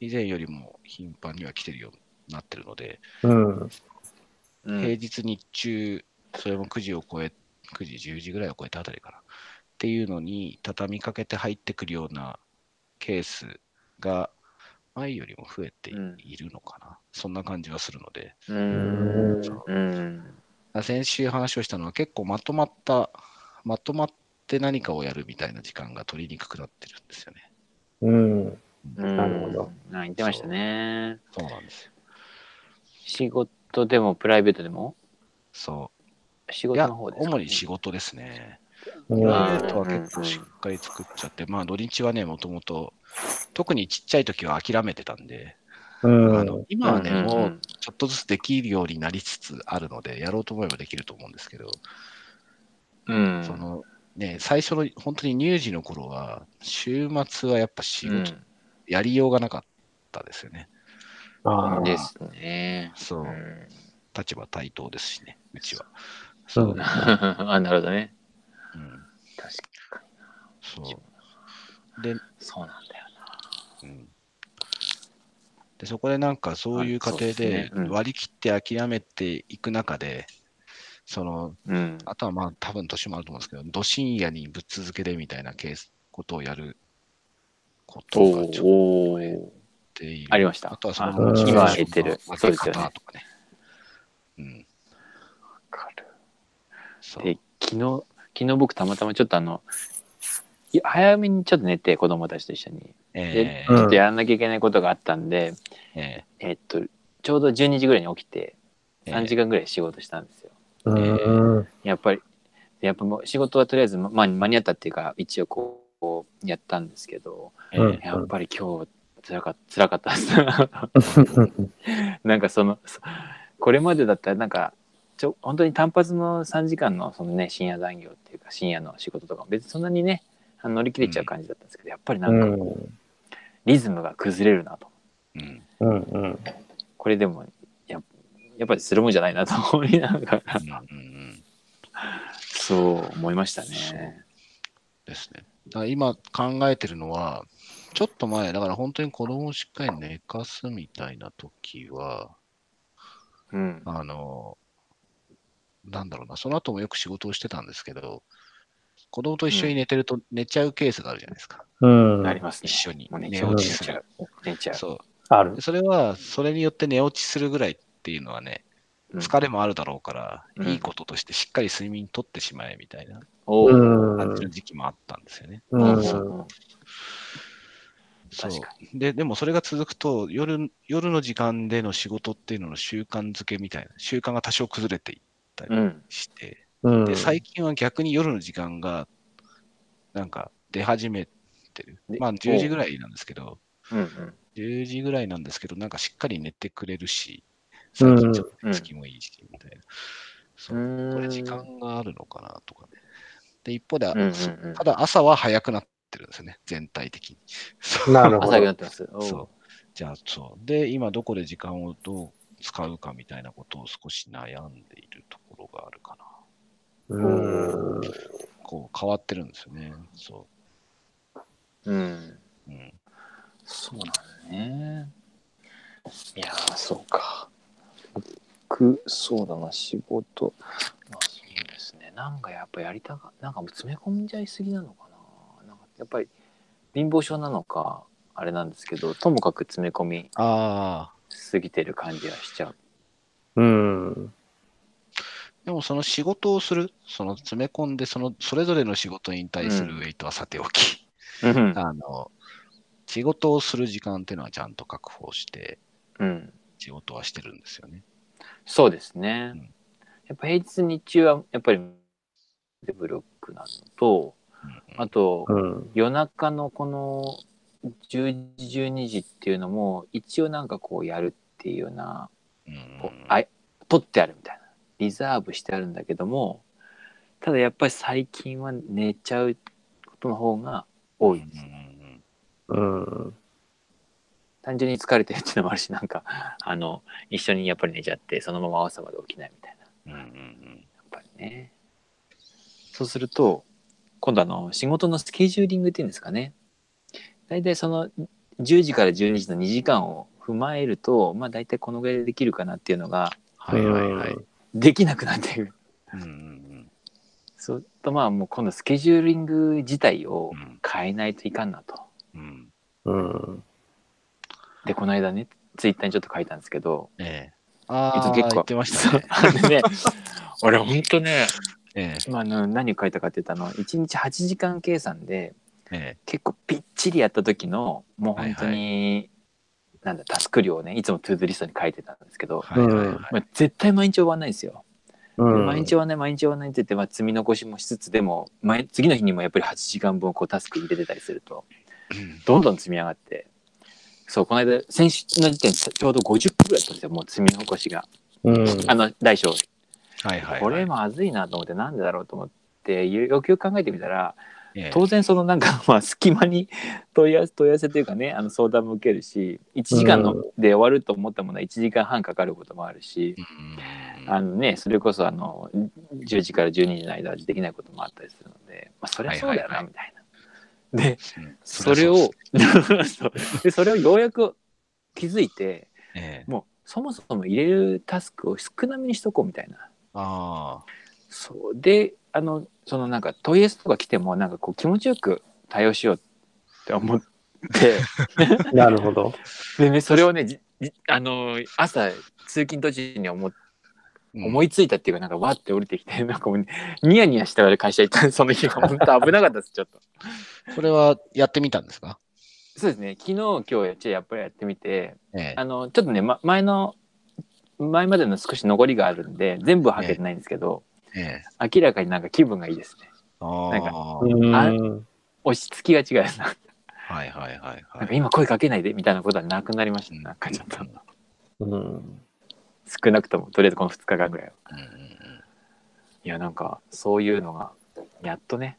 Speaker 1: 以前よりも頻繁には来てるようになってるので、
Speaker 3: うん。
Speaker 2: うん
Speaker 1: 平日日中、それも9時を超え、9時、10時ぐらいを超えたあたりかな。っていうのに、畳みかけて入ってくるようなケースが、前よりも増えて
Speaker 2: うん
Speaker 1: いるのかな。そんな感じはするので。
Speaker 2: うーん。うん。
Speaker 1: あ先週話をしたのは結構まとまった、まとまって何かをやるみたいな時間が取りにくくなってるんですよね。
Speaker 3: うん。
Speaker 2: うん
Speaker 3: なるほど。
Speaker 2: あ言ってましたね。
Speaker 1: そうなんですよ。
Speaker 2: 仕事でもプライベートでも
Speaker 1: そ
Speaker 2: 仕
Speaker 1: う。い
Speaker 2: 事
Speaker 1: や、
Speaker 2: の方ですか
Speaker 1: 主に仕事ですね。
Speaker 3: う
Speaker 1: プ
Speaker 3: ん
Speaker 1: ライベートは結構しっかり作っちゃって、まあ土日はね、もともと、特にちっちゃい時は諦めてたんで、
Speaker 3: うん
Speaker 1: あの今はね、
Speaker 2: うんうん
Speaker 1: もうちょっとずつできるようになりつつあるので、やろうと思えばできると思うんですけど、
Speaker 2: うん。
Speaker 1: そのね、最初の本当に乳児の頃は、週末はやっぱ仕事やりようがなかったですよね。
Speaker 3: あ
Speaker 2: うん
Speaker 3: あ。
Speaker 2: ですね。
Speaker 1: そううん立場対等ですしね、うちは。
Speaker 3: そうだ
Speaker 2: あ、なるほどね。
Speaker 1: うん、
Speaker 2: 確かに。
Speaker 1: そう。で、
Speaker 2: そうなんだよな。
Speaker 1: うん、でそこでなんかそういう過程
Speaker 2: あそうで
Speaker 1: です
Speaker 2: ねうん
Speaker 1: 割り切って諦めていく中で、その、
Speaker 2: うん。
Speaker 1: あとはまあ多分年もあると思うんですけど、ど深夜にぶっ続けでみたいなケース、ことをやること
Speaker 2: お
Speaker 1: が
Speaker 2: ー
Speaker 1: ちょっ
Speaker 2: おー
Speaker 1: といる
Speaker 2: ありました。
Speaker 1: あとはそ
Speaker 2: あ
Speaker 1: の、
Speaker 3: うん
Speaker 2: 今言ってる。そ
Speaker 1: 分
Speaker 2: う
Speaker 1: け
Speaker 2: ですよね。
Speaker 1: 方
Speaker 2: わ
Speaker 1: とかね。うん、
Speaker 2: かる。
Speaker 1: そう。
Speaker 2: で昨日昨日僕たまたまちょっとあのい早めにちょっと寝て子供たちと一緒に
Speaker 1: え
Speaker 3: うん
Speaker 2: ちょっとやらなきゃいけないことがあったんで、
Speaker 1: ー、え
Speaker 2: えっとちょうど12時ぐらいに起きて
Speaker 1: え
Speaker 2: 3時間ぐらい仕事したんですよ、
Speaker 3: うん。
Speaker 2: やっぱりやっぱもう仕事はとりあえず、ま、まあ間に合ったっていうか一応こうこうやったんですけど
Speaker 1: えー
Speaker 2: やっぱり今日つらかつらかったですなんかそのそこれまでだったらなんかちょ本当に単発の3時間のその、ね、深夜残業っていうか深夜の仕事とかも別にそんなにねあの乗り切れちゃう感じだったんですけど、やっぱりな
Speaker 3: うん
Speaker 2: か
Speaker 3: ん。
Speaker 2: リズムが崩れるなと
Speaker 1: うん
Speaker 3: うん。うん。
Speaker 2: これでもややっぱりするもんじゃないなと思いながら
Speaker 1: うんうんうん
Speaker 2: そう思いましたね。
Speaker 1: ですね。だから今考えてるのは、ちょっと前、だから本当に子供をしっかり寝かすみたいな時は、
Speaker 2: うん、
Speaker 1: あの、なんだろうな、その後もよく仕事をしてたんですけど、子供と一緒に寝てると寝ちゃうケースがあるじゃないですか。
Speaker 3: うん。
Speaker 2: なりますね。
Speaker 1: 一緒に
Speaker 2: もう
Speaker 1: 寝
Speaker 2: 寝ちゃう。
Speaker 1: 落
Speaker 2: 寝
Speaker 1: ちす
Speaker 2: ちゃ
Speaker 1: る。
Speaker 2: う。寝ちゃう。
Speaker 1: そ
Speaker 3: ある
Speaker 1: う。。それは、それによって寝落ちするぐらいっていうのはね、
Speaker 2: うん
Speaker 1: 疲れもあるだろうから、
Speaker 2: うん
Speaker 1: いいこととしてしっかり睡眠とってしまえみたいな
Speaker 2: お
Speaker 3: う
Speaker 2: ー
Speaker 3: ん。
Speaker 1: 感じの時期もあったんですよね。
Speaker 3: う
Speaker 2: うん
Speaker 3: ん。
Speaker 2: うん
Speaker 1: そう
Speaker 2: 確かに。
Speaker 1: ででもそれが続くと夜、夜の時間での仕事っていうのの習慣づけみたいな、習慣が多少崩れていった
Speaker 2: う
Speaker 1: り
Speaker 2: ん。
Speaker 1: して、
Speaker 3: うん。
Speaker 1: で最近は逆に夜の時間がなんか出始めてる
Speaker 2: で。
Speaker 1: まあ10時ぐらいなんですけど、
Speaker 2: うんうん。
Speaker 1: 10時ぐらいなんですけど、なんかしっかり寝てくれるし、最近ちょっと寝つきもいいし、みたいな。そう
Speaker 2: うーん
Speaker 1: これ時間があるのかなとかね。で、一方で、
Speaker 2: うんうんうん
Speaker 1: そただ朝は早くなってるんですよね、全体的に。そう
Speaker 3: なるほ
Speaker 2: 朝
Speaker 3: ど
Speaker 2: に。なってます。おー
Speaker 1: そう。じゃあ、そう。で、今どこで時間をどう使うかみたいなことを少し悩んでいるところがあるかな。
Speaker 3: うん。
Speaker 1: こう、変わってるんですよね。そ
Speaker 2: うん。
Speaker 1: う。うん。
Speaker 2: そうなんね。いやー、そうか。僕、そうだな、仕事。まあ、そうですね。なんかやっぱやりたが、なんかもう詰め込んじゃいすぎなのかな。なんかやっぱり貧乏症なのか、あれなんですけど、ともかく詰め込み
Speaker 1: ああ。
Speaker 2: すぎてる感じはしちゃう。
Speaker 3: うん。
Speaker 1: でもその仕事をする、その詰め込んで、そのそれぞれの仕事に対するウェイトはさておき、
Speaker 2: うん。
Speaker 1: あの、仕事をする時間っていうのはちゃんと確保して、
Speaker 2: うん。
Speaker 1: 仕事はしてるんですよね。
Speaker 2: そうですね。
Speaker 1: うん
Speaker 2: やっぱ平日日中はやっぱりブロックなのと、
Speaker 1: うん
Speaker 2: あと
Speaker 3: うん。
Speaker 2: 夜中のこの10時12時っていうのも一応なんかこうやるっていうような、
Speaker 1: うん
Speaker 2: こうあい取ってあるみたいなリザーブしてあるんだけどもただやっぱり最近は寝ちゃうことの方が多いです、
Speaker 1: うんうん
Speaker 3: うん。
Speaker 2: 単純に疲れてるっていうのもあるしなんかあの一緒にやっぱり寝ちゃってそのまま朝まで起きないみたいな
Speaker 1: うんうんうん
Speaker 2: やっぱりね。そうすると、今度あの、仕事のスケジューリングっていうんですかね。大体その、10時から12時の2時間を踏まえると、まあ大体このぐらいでできるかなっていうのが、
Speaker 1: はいはいはい。
Speaker 2: できなくなっている。
Speaker 1: うんうん
Speaker 2: そうするとまあもう今度スケジューリング自体を
Speaker 1: うん
Speaker 2: 変えないといかんなと。
Speaker 1: うんうん
Speaker 3: うん。
Speaker 2: で、この間ね、ツイッターにちょっと書いたんですけど、
Speaker 1: ええ。あ
Speaker 2: いつ
Speaker 1: あ、
Speaker 2: も結構
Speaker 1: 言ってましたね。
Speaker 2: あ (laughs) のね、俺ほんとね、
Speaker 1: え
Speaker 2: まあ、あの何を書いたかって言ったの、1日8時間計算で、
Speaker 1: え、え
Speaker 2: 結構ぴっちりやった時のもう本当に、なんだタスク量をねいつもトゥードゥリストに書いてたんですけ
Speaker 1: え。
Speaker 2: ど、
Speaker 1: はいはいはい。
Speaker 2: まあ、絶対毎日終わんないんですよ、
Speaker 3: うん。
Speaker 2: 毎日終わんない毎日終わんないって言って、まあ、積み残しもしつつでも毎次の日にもやっぱり8時間分をこうタスク入れてたりするとどんどん積み上がってそうこの間先週の時点でちょうど50分ぐらいだったんですよもう積み残しが、
Speaker 3: うん。
Speaker 2: あの大小
Speaker 1: はいはいはい。
Speaker 2: これまずいなと思ってなんでだろうと思ってよくよく考えてみたら
Speaker 1: ええ、
Speaker 2: 当然そのなんか (laughs) まあ隙間に問い合わせ問い合わせというかねあの相談も受けるし1時間の
Speaker 3: うん
Speaker 2: で終わると思ったものは1時間半かかることもあるし、
Speaker 1: うん
Speaker 2: あのね、それこそあの10時から12時の間はできないこともあったりするので、まあ、そりゃそうだよな
Speaker 1: はいはいはい
Speaker 2: みたいな。で
Speaker 1: うん
Speaker 2: それ
Speaker 1: りゃ
Speaker 2: を
Speaker 1: うです
Speaker 2: そうでそれをよ (laughs) うやく気づいて
Speaker 1: ええ、
Speaker 2: もうそもそも入れるタスクを少なめにしとこうみたいな。
Speaker 1: あ
Speaker 2: そうであのそのなんか問い合わせとか来てもなんかこう気持ちよく対応しようって思って (laughs)
Speaker 3: なるほど。
Speaker 2: で、ね、それをねじじあの朝通勤途中に思っ
Speaker 1: あ、
Speaker 2: 思いついたっていうかなんかわって降りてきて (laughs) なんかもう、ニヤニヤしたから会社行ったその日が本当危なかったですちょっと。
Speaker 1: それはやってみたんですか
Speaker 2: (laughs) そうですね昨日今日やっちゃやっぱりやってみて
Speaker 1: ええ
Speaker 2: あ。のちょっとね、ま、前の前までの少し残りがあるんで全部はけてないんですけど、
Speaker 1: ええ。
Speaker 2: 明らかになんか気分がいいですね
Speaker 1: あ
Speaker 2: なんか
Speaker 1: あ。
Speaker 3: う
Speaker 1: は
Speaker 3: ん。
Speaker 2: 落ち着きが違うない
Speaker 1: はいはいは
Speaker 2: なんか
Speaker 1: い。
Speaker 2: 今声かけないでみたいなことはなくなりましたね。なんかちょっと
Speaker 1: うん
Speaker 3: うん。
Speaker 2: 少なくともとりあえずこの2日間ぐらいは。
Speaker 1: うんうん
Speaker 2: いやなんかそういうのがやっとね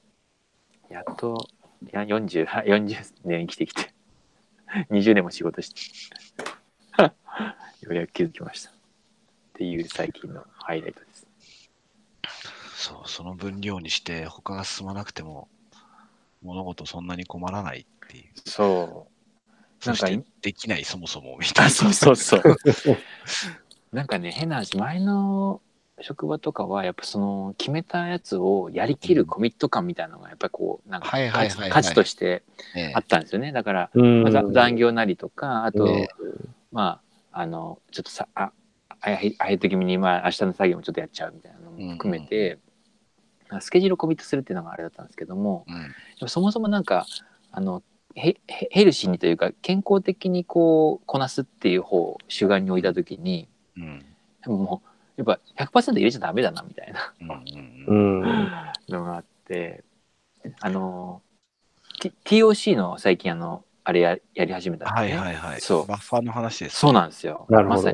Speaker 2: やっといや 40, (laughs) 40年生きてきて20年も仕事して (laughs) ようやく気づきました。っていう最近のハイライトです。
Speaker 1: そう、その分量にして他が進まなくても物事そんなに困らないっていう。
Speaker 2: そう。な
Speaker 1: そ
Speaker 2: ん
Speaker 1: し
Speaker 2: か
Speaker 1: てできないそもそもみたいな。
Speaker 2: あそうそうそう。なんかね変な話前の職場とかはやっぱその決めたやつをやりきるコミット感みたいなのがやっぱりこうなんか
Speaker 1: はいは
Speaker 2: 価
Speaker 1: い
Speaker 2: 値
Speaker 1: はいはい
Speaker 2: 価値として
Speaker 1: ね
Speaker 2: あったんですよねだから
Speaker 3: うん
Speaker 2: まあざ残業なりとかあと、
Speaker 1: え
Speaker 2: まああのちょっとさああやあやと気味に、まあ、明日の作業もちょっとやっちゃうみたいなのも含めて、スケジュールをコミットするっていうのがあれだったんですけども
Speaker 1: うん
Speaker 2: でもそもそもなんかあのヘヘヘルシーにというか健康的にこうこなすっていう方を主眼に置いた時に
Speaker 1: うん
Speaker 2: でももうやっぱ100%入れちゃダメだなみたいな
Speaker 1: うんうんうん
Speaker 3: うん。
Speaker 2: のがあってあの、T、TOC の最近あのあれややり始めたんです
Speaker 1: は
Speaker 2: よ
Speaker 1: い
Speaker 2: ね
Speaker 1: はいはい。
Speaker 2: そう
Speaker 1: バッファーの話です。
Speaker 2: そうなんですよ。
Speaker 3: なるほど
Speaker 2: まさ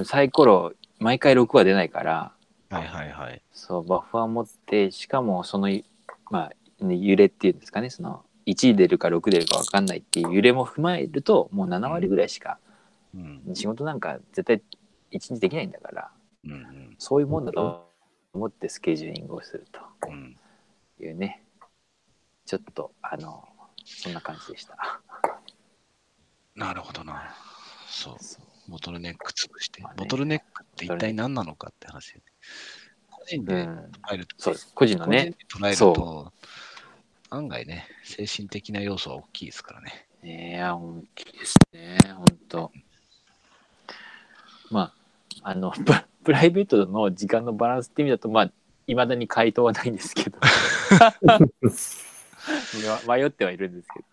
Speaker 2: に。サイコロ、毎回6は出ないから、
Speaker 1: はいはいはい。
Speaker 2: そう、バッファー持って、しかもその、まあ、ね揺れっていうんですかね、その、1出るか6出るか分かんないっていう揺れも踏まえると、もう7割ぐらいしか、
Speaker 1: うん
Speaker 2: 仕事なんか絶対1日できないんだから、
Speaker 1: うんうん
Speaker 2: そういうもんだと思ってスケジューリングをする
Speaker 1: うん
Speaker 2: というね、ちょっと、あの、そんな感じでした。
Speaker 1: なるほどな。そう。
Speaker 2: そう
Speaker 1: ボトルネック潰して
Speaker 2: まあ。ね
Speaker 1: ボトルネックって一体何なのかって話よね。個人
Speaker 2: う
Speaker 1: で
Speaker 2: ん、
Speaker 1: 入ると、
Speaker 2: そうです。個人の
Speaker 1: 個人
Speaker 2: ね
Speaker 1: で、捉える
Speaker 2: そ
Speaker 1: と、案外ね、精神的な要素は大きいですからね。
Speaker 2: ねえ、大きいですね、本当。まあ、あの、ププライベートの時間のバランスって意味だと、まあ、いまだに回答はないんです
Speaker 1: (laughs)
Speaker 2: けど、迷迷ってはいるんですけど。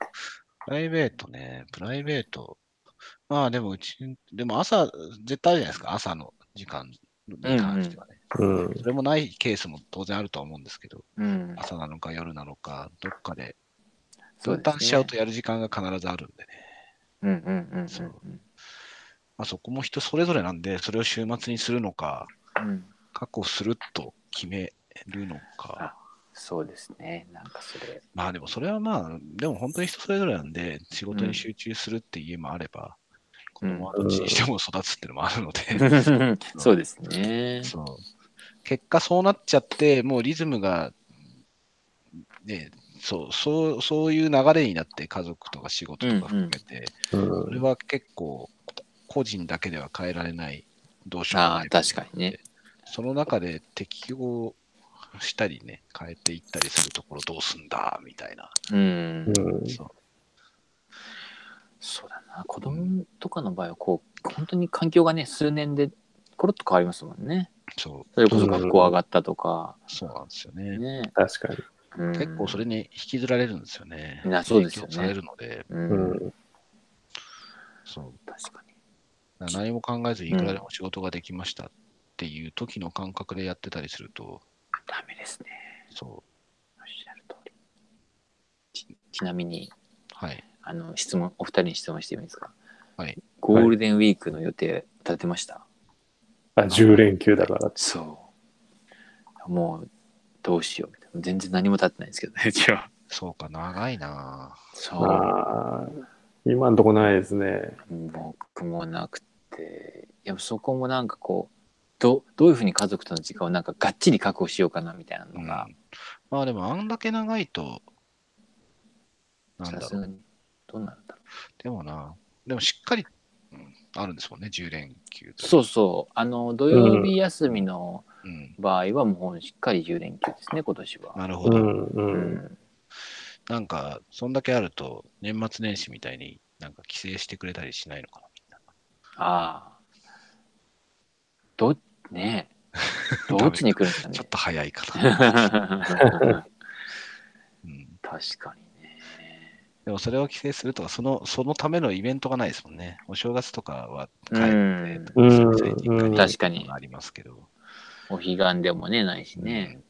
Speaker 1: プライベートね、プライベート。まあでもうち、でも朝、絶対あるじゃないですか、朝の時間に関してはね。
Speaker 3: うん。
Speaker 1: それもないケースも当然あるとは思うんですけど、
Speaker 2: うん、
Speaker 1: 朝なのか夜なのか、どっかで
Speaker 2: そう
Speaker 1: 分
Speaker 2: です
Speaker 1: 担
Speaker 2: ね
Speaker 1: しちゃうとやる時間が必ずあるんでね。
Speaker 2: うんうんうんうん
Speaker 1: そうまあ、そこも人それぞれなんで、それを週末にするのか、
Speaker 2: うん。うん
Speaker 1: 確保すると決めるのか。
Speaker 2: そうですね、なんかそれ。
Speaker 1: まあでもそれはまあ、でも本当に人それぞれなんで、仕事に集中するって家もあれば、
Speaker 2: うん
Speaker 1: 子供はどっちにしても育つっていうのもあるので、
Speaker 2: そうです
Speaker 1: (laughs)
Speaker 2: ね。
Speaker 1: そう結果そうなっちゃって、もうリズムが、ね、そうそうそういう流れになって、家族とか仕事とか含めて、
Speaker 3: うん
Speaker 1: それは結構、個人だけでは変えられない、どうしようも
Speaker 2: あ
Speaker 1: な
Speaker 2: あ、
Speaker 1: い
Speaker 2: 確かにね。
Speaker 1: その中で適応したりね、変えていったりするところどうすんだ、みたいな。
Speaker 2: うん。
Speaker 3: うん
Speaker 1: そう
Speaker 2: そうだな子供とかの場合はこう本当に環境がね数年でコロッと変わりますもんね
Speaker 1: そう
Speaker 2: それこそ学校上がったとか、
Speaker 1: そうなんですよね。
Speaker 2: ね、
Speaker 3: 確かに。
Speaker 1: 結構それ
Speaker 2: に、
Speaker 1: に引きずられるんですよね。
Speaker 2: いやそうですよね
Speaker 1: 影響されるので、
Speaker 2: う
Speaker 3: うんん。
Speaker 1: そう
Speaker 2: 確かに
Speaker 1: だから何も考えずいくらでも仕事ができましたっていう時の感覚でやってたりすると、
Speaker 2: ダメですね
Speaker 1: そう、
Speaker 2: おっしゃる通りちちなみに
Speaker 1: はい。
Speaker 2: あの質問お二人に質問してもいいですか
Speaker 1: はい
Speaker 2: ゴールデンウィークの予定立てました、
Speaker 3: あ、10連休だから。
Speaker 2: そうもうどうしようみたいな全然何も立ってないんですけどね (laughs) 一応
Speaker 1: そうか、長いなぁ
Speaker 2: そう
Speaker 3: ああ、今んとこないですね。
Speaker 2: 僕もなくてやっぱそこもなんかこうどどういうふうに家族との時間をなんかがっちり確保しようかなみたいな
Speaker 1: う
Speaker 2: の
Speaker 1: ん
Speaker 2: が、
Speaker 1: まあでも、あんだけ長いと、なんだ
Speaker 2: さ
Speaker 1: ろ
Speaker 2: す
Speaker 1: う。
Speaker 2: がにどうなんだろう
Speaker 1: でもな、でもしっかり、うんあるんですもんね、10連休と。
Speaker 2: そうそうあの土曜日休みの
Speaker 1: うん、
Speaker 2: 場合はもうしっかり10連休ですね今年は。
Speaker 1: なるほ
Speaker 3: う
Speaker 1: ど。
Speaker 3: ん、う。
Speaker 2: うんん、
Speaker 1: なんか、そんだけあると、年末年始みたいになんか帰省してくれたりしないのかな、みんな。
Speaker 2: ああどねえどっちに来るんですかね
Speaker 1: ちょっ
Speaker 2: (laughs)
Speaker 1: と早いかな。
Speaker 2: 確
Speaker 1: うん、
Speaker 2: かにね
Speaker 1: でもそれを帰省するとかその、そのためのイベントがないですもんね。お正月とかは帰ってとか、
Speaker 3: うん
Speaker 1: 久々に実家
Speaker 3: うん
Speaker 2: 確かに
Speaker 1: ありますけど、
Speaker 2: お彼岸でもねないしね、
Speaker 1: うん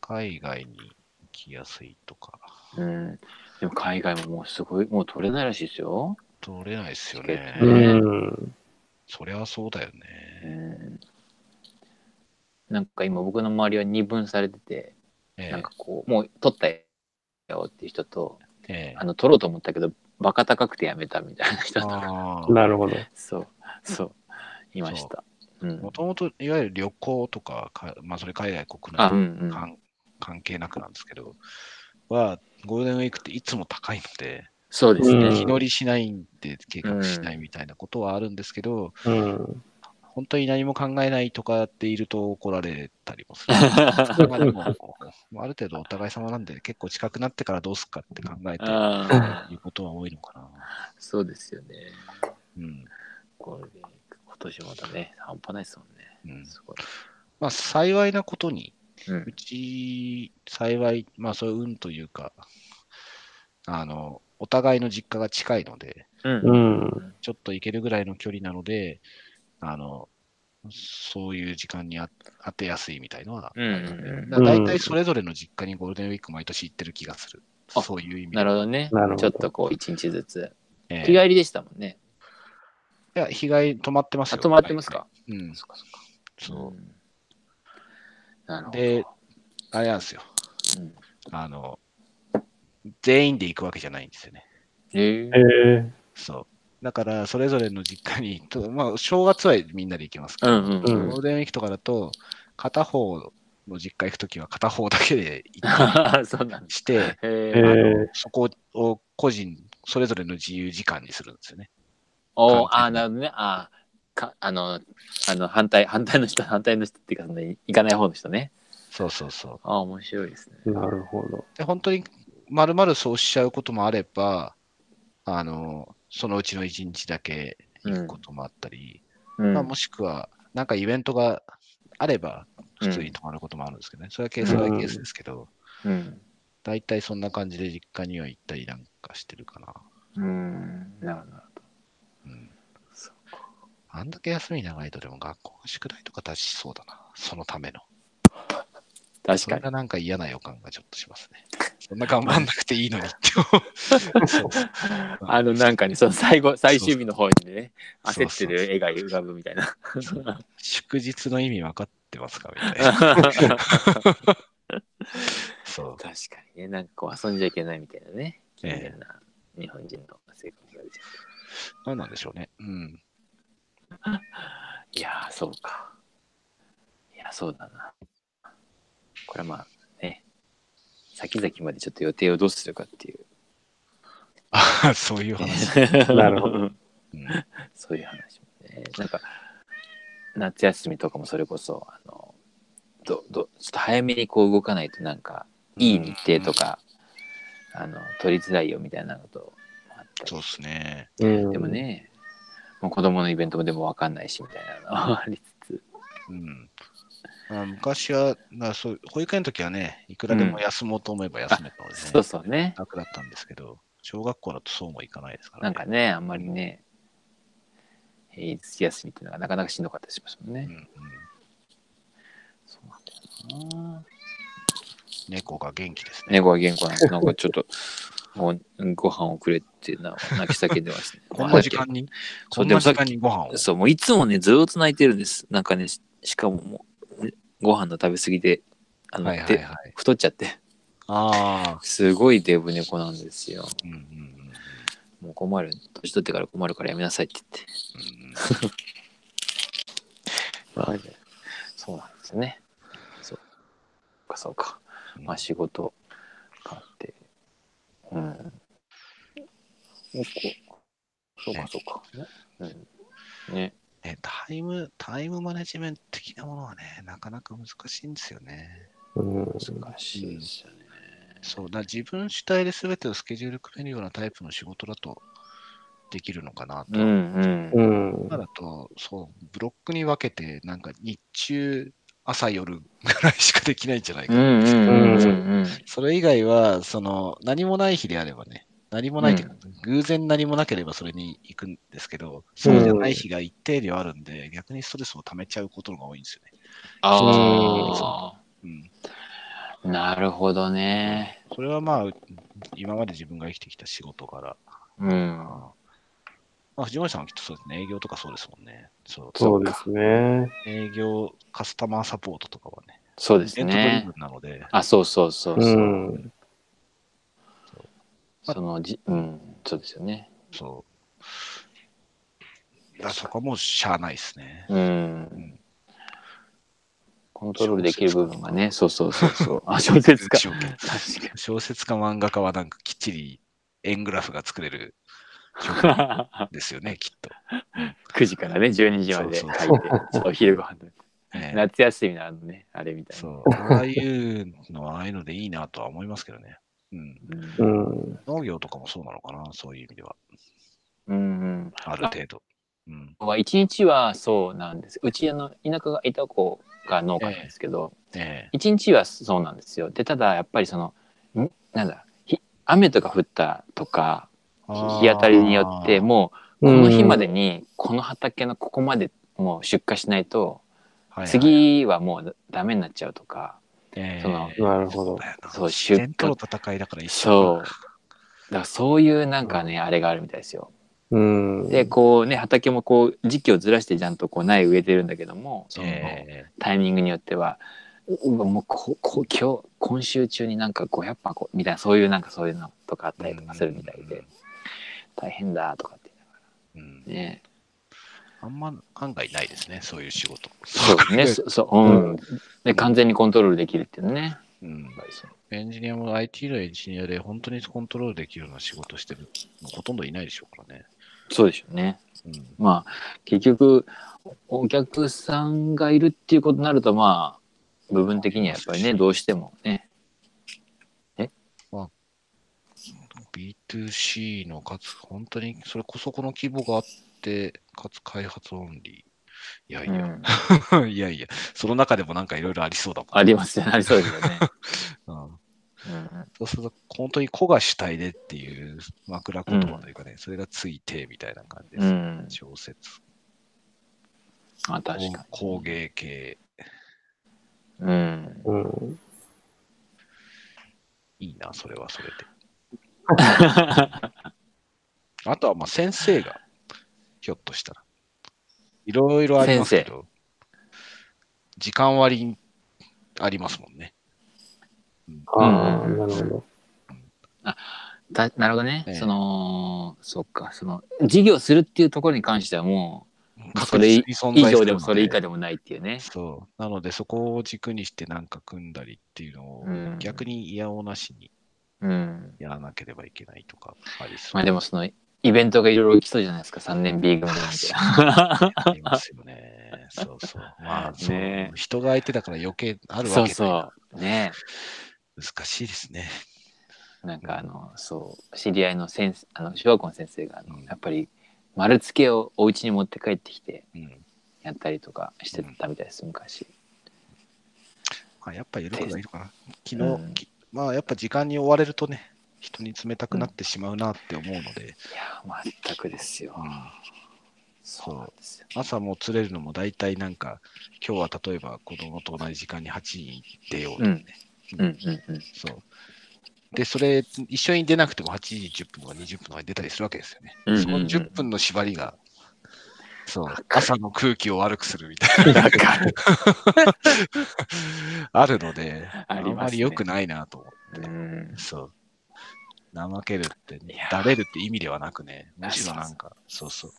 Speaker 1: 海外に行きやすいとか、
Speaker 2: うん、でも海外ももうすごいもう取れないらしいですよ。
Speaker 1: 取れないですよ
Speaker 2: チケッ
Speaker 1: ね
Speaker 2: ト。
Speaker 3: うん。
Speaker 1: そりゃそうだよ
Speaker 2: う
Speaker 1: ね。
Speaker 2: ん、なんか今僕の周りは二分されてて、
Speaker 1: え
Speaker 2: なんかこうもう取ったよっていう人と
Speaker 1: えええ
Speaker 2: あの取ろうと思ったけどバカ高くてやめたみたいな人と
Speaker 1: あー
Speaker 3: なるほど。
Speaker 2: そうそういました。うん
Speaker 1: も、ともといわゆる旅行とか、かまあ、それ海外国
Speaker 2: あ
Speaker 1: 内、
Speaker 2: うんうん
Speaker 1: 関関係なくなんですけど、はゴールデンウィークっていつも高いので、
Speaker 2: そうです
Speaker 3: うん
Speaker 2: ね。
Speaker 1: 日乗りしないんで計画しないみたいなことはあるんですけど、
Speaker 3: うん。
Speaker 1: 本当に何も考えないとかっていると怒られたりもす
Speaker 2: (laughs)
Speaker 1: る。まあでも、ある程度お互い様なんで、結構近くなってからどうすっかって考えて
Speaker 2: あ
Speaker 1: いうことは多いのかな。
Speaker 2: あ、そうですよね。
Speaker 1: うん
Speaker 2: ゴールデンウィーク今年まだね、半端ないですもんね。
Speaker 1: うん、
Speaker 2: すごい。
Speaker 1: まあ幸いなことに、
Speaker 2: うん
Speaker 1: うち、幸い、まあそういう運というか、あの、お互いの実家が近いので、
Speaker 2: うん。
Speaker 3: うん。
Speaker 1: ちょっと行けるぐらいの距離なので、あの、そういう時間にあ当てやすいみたいのは、
Speaker 2: うんうん
Speaker 1: だいたいそれぞれの実家にゴールデンウィーク毎年行ってる気がする。
Speaker 2: あ
Speaker 1: そういう意味で。
Speaker 2: なるほどね。
Speaker 3: なるほど
Speaker 2: ちょっとこう、一日ずつ。
Speaker 1: ええ
Speaker 2: 日帰りでしたもんね。
Speaker 1: いや、被害止まってます
Speaker 2: あ、
Speaker 1: よ。
Speaker 2: 泊まってますか
Speaker 1: うん。
Speaker 2: そっかそっか。
Speaker 1: そうう。
Speaker 2: ん。なるほど。
Speaker 1: であれなんですよ。
Speaker 2: うん
Speaker 1: あの、全員で行くわけじゃないんですよね。
Speaker 2: え
Speaker 3: え
Speaker 2: え
Speaker 3: え
Speaker 1: そう。だから、それぞれの実家に、とまあ、正月はみんなで行きますけ
Speaker 2: う
Speaker 1: ど、
Speaker 2: んうんう
Speaker 1: ゴ
Speaker 2: ん。
Speaker 1: ールデンウィークとかだと、片方の実家行くときは片方だけで行っ
Speaker 2: (laughs) そうなんで
Speaker 1: たりして、
Speaker 2: す。へ
Speaker 1: あ
Speaker 3: え
Speaker 2: え。
Speaker 1: のそこを個人、それぞれの自由時間にするんですよね。
Speaker 2: おーあー、なるほどね。あーかあの、あの、反対、 (laughs) 反対の人、反対の人っていうか、その、い行かない方の人ね。
Speaker 1: そうそうそう。
Speaker 2: ああ、面白いですね。
Speaker 3: なるほど。
Speaker 1: で、本当に、まるまるそうしちゃうこともあれば、あの、そのうちの一日だけ行くこともあったり、
Speaker 2: うん
Speaker 1: まあ、もしくは、なんかイベントがあれば、普通に泊まることもあるんですけどね。それはケースバイケースですけど、
Speaker 2: うん。
Speaker 1: 大体そんな感じで実家には行ったりなんかしてるかな。
Speaker 2: うん。なるほど。
Speaker 1: うん
Speaker 2: そ
Speaker 1: あんだけ休み長いとでも学校の宿題とか出しそうだな。そのための。
Speaker 2: 確
Speaker 1: そ
Speaker 2: か
Speaker 1: れ
Speaker 2: に。
Speaker 1: がなんか嫌な予感がちょっとしますね。そんな頑張んなくていいのにって思う。そうそう
Speaker 2: (laughs) あの、なんかね、その最後、最終日の方にね、
Speaker 1: そう
Speaker 2: 焦ってる絵が浮かぶみたいな。
Speaker 1: 祝日の意味分かってますかみたい
Speaker 2: (laughs)
Speaker 1: な。
Speaker 2: (laughs) 確か
Speaker 1: そう。
Speaker 2: にね、 (laughs) なんかこう遊んじゃいけないみたいなね。
Speaker 1: ええ
Speaker 2: 健全な日本人の性格が出てく
Speaker 1: 何なんでしょうね。うん。 (laughs)
Speaker 2: るいやー、そうか。いや、そうだな。これはまあ、ね、先々までちょっと予定をどうするかっていう。
Speaker 1: あそういう
Speaker 2: (laughs)
Speaker 1: 話。
Speaker 3: なるほ
Speaker 2: ど。
Speaker 1: うん
Speaker 2: そういう話もね。なんか、夏休みとかもそれこそ、あの、ど、ど、ちょっと早めにこう動かないとなんか、いい日程とか、あの、取りづらいよみたいなこともあったり
Speaker 1: そうですね。
Speaker 3: うん、
Speaker 2: でも。ね、もう子供のイベントもでもわかんないしみたいなのはありつつ。
Speaker 1: うん。まあ、昔は、まあそう、保育園の時はね、いくらでも休もうと思えば休めたので、ね
Speaker 2: そうそうね。
Speaker 1: 楽だったんですけど、小学校だとそうもいかないですから
Speaker 2: な
Speaker 1: ね。
Speaker 2: んかね、あんまりね、平日休みっていうのがなかなかしんどかったりしますもん
Speaker 1: うん
Speaker 2: ね。
Speaker 1: うん、
Speaker 2: そうなんだよな。
Speaker 1: 猫が元気ですね。。
Speaker 2: 猫は原稿なんで、なんかちょっと、 (laughs) ごご飯をくれってな、泣き叫んでますね
Speaker 1: (laughs) こんな時間に、
Speaker 2: (laughs) そ
Speaker 1: こ
Speaker 2: うんで
Speaker 1: な
Speaker 2: もさっ
Speaker 1: 時
Speaker 2: き
Speaker 1: 間にご飯を。
Speaker 2: そう、もういつもね、ずーっと泣いてるんです。なんかね、ししかももう、ご飯の食べ過ぎで、あの、
Speaker 1: はいはい
Speaker 2: で
Speaker 1: はい。
Speaker 2: 太っちゃって、
Speaker 1: ああ。
Speaker 2: すごいデブ猫なんですよ。
Speaker 1: うんうんうん。
Speaker 2: もう困る、年取ってから困るからやめなさいって言って。
Speaker 1: うん
Speaker 2: そうなんですね。そうか、そうか。
Speaker 1: うん
Speaker 2: まあ仕事があって。うん。もうこそうか、そうか。ねうん。ね。
Speaker 1: ね、タイム、タイムマネジメント的なものはね、なかなか難しいんですよね。
Speaker 3: うん、
Speaker 2: 難しいですよね。
Speaker 1: そう、だ自分主体で全てをスケジュール組めるようなタイプの仕事だとできるのかなと。
Speaker 2: うん
Speaker 3: う
Speaker 2: うん。
Speaker 3: ん
Speaker 1: 今。だと、そう、ブロックに分けて、なんか日中、朝、夜ぐらいしかできないんじゃないか
Speaker 2: う
Speaker 1: な。
Speaker 2: んうんうんうん
Speaker 1: それ以外は、その、何もない日であればね、何もないっていうか、偶然何もなければそれに行くんですけど、そうじゃない日が一定量あるんで、逆にストレスを溜めちゃうことが多いんですよね。
Speaker 2: あ
Speaker 1: うん。
Speaker 2: あ、なるほどね。
Speaker 1: それはまあ、今まで自分が生きてきた仕事から。
Speaker 2: うん。
Speaker 1: まあ、藤森さんはきっとそうですね。営業とかそうですもんね。そう。
Speaker 3: そうですね。
Speaker 1: 営業、カスタマーサポートとかはね、
Speaker 2: そうで
Speaker 1: イ
Speaker 2: す
Speaker 1: ベントドリ
Speaker 2: ね
Speaker 1: ブ。ンなので、
Speaker 2: あ、そうそうそう
Speaker 3: う
Speaker 2: そう。
Speaker 3: ん。
Speaker 2: そのじ、うん、そうですよね。
Speaker 1: そう。だからそこはもうしゃあないですね。
Speaker 2: うん。コントロールできる部分がね、そうそうそうそう。
Speaker 1: (laughs)
Speaker 2: あ、小説家。
Speaker 1: 小説
Speaker 2: 確か
Speaker 1: 小説家、漫画家はなんかきっちり円グラフが作れるですよね、きっと。
Speaker 2: 9時からね、12時まで書いて、
Speaker 1: そう
Speaker 2: そうお昼ご飯の
Speaker 1: (laughs) ね
Speaker 2: 夏休みのあのね、あれみたいな。
Speaker 1: そう、ああいうのはああいうのでいいなとは思いますけどね。うん。
Speaker 2: う
Speaker 3: う
Speaker 2: ん
Speaker 3: ん。
Speaker 1: 農業とかもそうなのかな、そういう意味では。
Speaker 2: うんうん
Speaker 1: ある程度。うん。
Speaker 2: は一日はそうなんです。うちあの田舎がいた子が農家なんですけど、
Speaker 1: ね
Speaker 2: 一日はそうなんですよ。で、ただやっぱりその、んなんだ、ひ雨とか降ったとか、
Speaker 1: え
Speaker 2: 日当たりによって、もうこの日までにこの畑のここまでもう出荷しないと、
Speaker 1: はいはい、
Speaker 2: 次はもうダメになっちゃうとか、
Speaker 1: ええ
Speaker 2: その
Speaker 3: なるほど
Speaker 1: そうだよな
Speaker 2: そう
Speaker 1: 自然との戦いだから一
Speaker 2: そ
Speaker 1: 緒
Speaker 2: う。だからそういうなんかね、あれがあるみたいですよ。
Speaker 3: うん。
Speaker 2: で、こうね、畑もこう、時期をずらしてちゃんとこう苗植えてるんだけども、その
Speaker 1: ええ
Speaker 2: タイミングによっては、ううわもうこ、こ、今日、今週中になんか500箱みたいな、そういうなんかそういうのとかあったりとかするみたい
Speaker 1: うん
Speaker 2: で、大変だとかって
Speaker 1: うん
Speaker 2: ね。
Speaker 1: あんま案外ないですね、そういう仕事。
Speaker 2: そうね、そそう、うん。で、完全にコントロールできるっていうのね。
Speaker 1: うん、エンジニアも IT のエンジニアで本当にコントロールできるような仕事してるのほとんどいないでしょうからね。
Speaker 2: そうでしょうね。
Speaker 1: うん、
Speaker 2: まあ、結局、お客さんがいるっていうことになると、まあ、部分的にはやっぱりね、どうしてもね、
Speaker 1: B2C のかつ、本当にそれこそこの規模があって、かつ開発オンリー。いやいや、
Speaker 2: う
Speaker 1: (laughs)
Speaker 2: ん
Speaker 1: いやいや、その中でもなんかいろいろありそうだもん。
Speaker 2: ありますよね、ありそうですよね。
Speaker 1: うん
Speaker 2: うん
Speaker 1: そうすると、本当に子が主体でっていう枕言葉というかね、それがついてみたいな感じで
Speaker 2: う
Speaker 1: す。
Speaker 2: ん、
Speaker 1: 小説、
Speaker 2: あ確か
Speaker 1: 工芸系、
Speaker 2: に。うん。
Speaker 3: うん。
Speaker 1: いいな、それは
Speaker 2: (laughs)
Speaker 1: それで。あとはまあ先生が、ひょっとしたら。いろいろありますけど、時間割にありますもんね。
Speaker 3: ああ、なるほど。
Speaker 2: だなるほどね。
Speaker 1: ええ
Speaker 2: その、そっか、その、事業するっていうところに関してはもう、そ
Speaker 1: 確
Speaker 2: れ
Speaker 1: 実
Speaker 2: 以
Speaker 1: に存在するの
Speaker 2: 上でもそれ以下でもないっていうね。
Speaker 1: そう。なので、そこを軸にしてなんか組んだりっていうのを
Speaker 2: う、ん、
Speaker 1: 逆に嫌おなしに
Speaker 2: うん。
Speaker 1: やらなければいけないとか、ありそう。
Speaker 2: まあでもその、イベントがいろいろ起きそうじゃないですか、3年 B 組なんて。
Speaker 1: (laughs) ありますよね。そうそう。まあ、そう、
Speaker 2: (laughs) ねえ
Speaker 1: 人が相手だから余計あるわけ
Speaker 2: そ
Speaker 1: ない
Speaker 2: うそう。ね
Speaker 1: 難しいですね。
Speaker 2: えなんかあの、そう、知り合いの先生、あの、小学校の先生が、あ
Speaker 1: う
Speaker 2: の
Speaker 1: ん
Speaker 2: やっぱり、丸付けをお家に持って帰ってきて
Speaker 1: うん。
Speaker 2: やったりとかしてたみたいです、昔。
Speaker 1: まあ、やっぱ緩くがいいのかな。昨日、
Speaker 2: うん
Speaker 1: きまあ、やっぱ時間に追われるとね、人に冷たくなってしまうなって思うので、
Speaker 2: いや、全くですよ。
Speaker 1: うん
Speaker 2: そうなんですよ。
Speaker 1: 朝もう釣れるのも大体なんか、今日は例えば子供と同じ時間に8時に出ようとかね。
Speaker 2: うんうんうん。
Speaker 1: そう。で、それ、一緒に出なくても8時10分とか20分とかに出たりするわけですよね。
Speaker 2: うんうんうん
Speaker 1: その10分の縛りが、そう
Speaker 2: わかる、
Speaker 1: 朝の空気を悪くするみたいな。 (laughs)
Speaker 2: わかる。
Speaker 1: あるので、
Speaker 2: ありますね
Speaker 1: んまり良くないなと思って。
Speaker 2: うん。
Speaker 1: そう。怠けるって
Speaker 2: いや
Speaker 1: ね、
Speaker 2: ー
Speaker 1: だれるって意味ではなくね、むしろなんか、そうそう。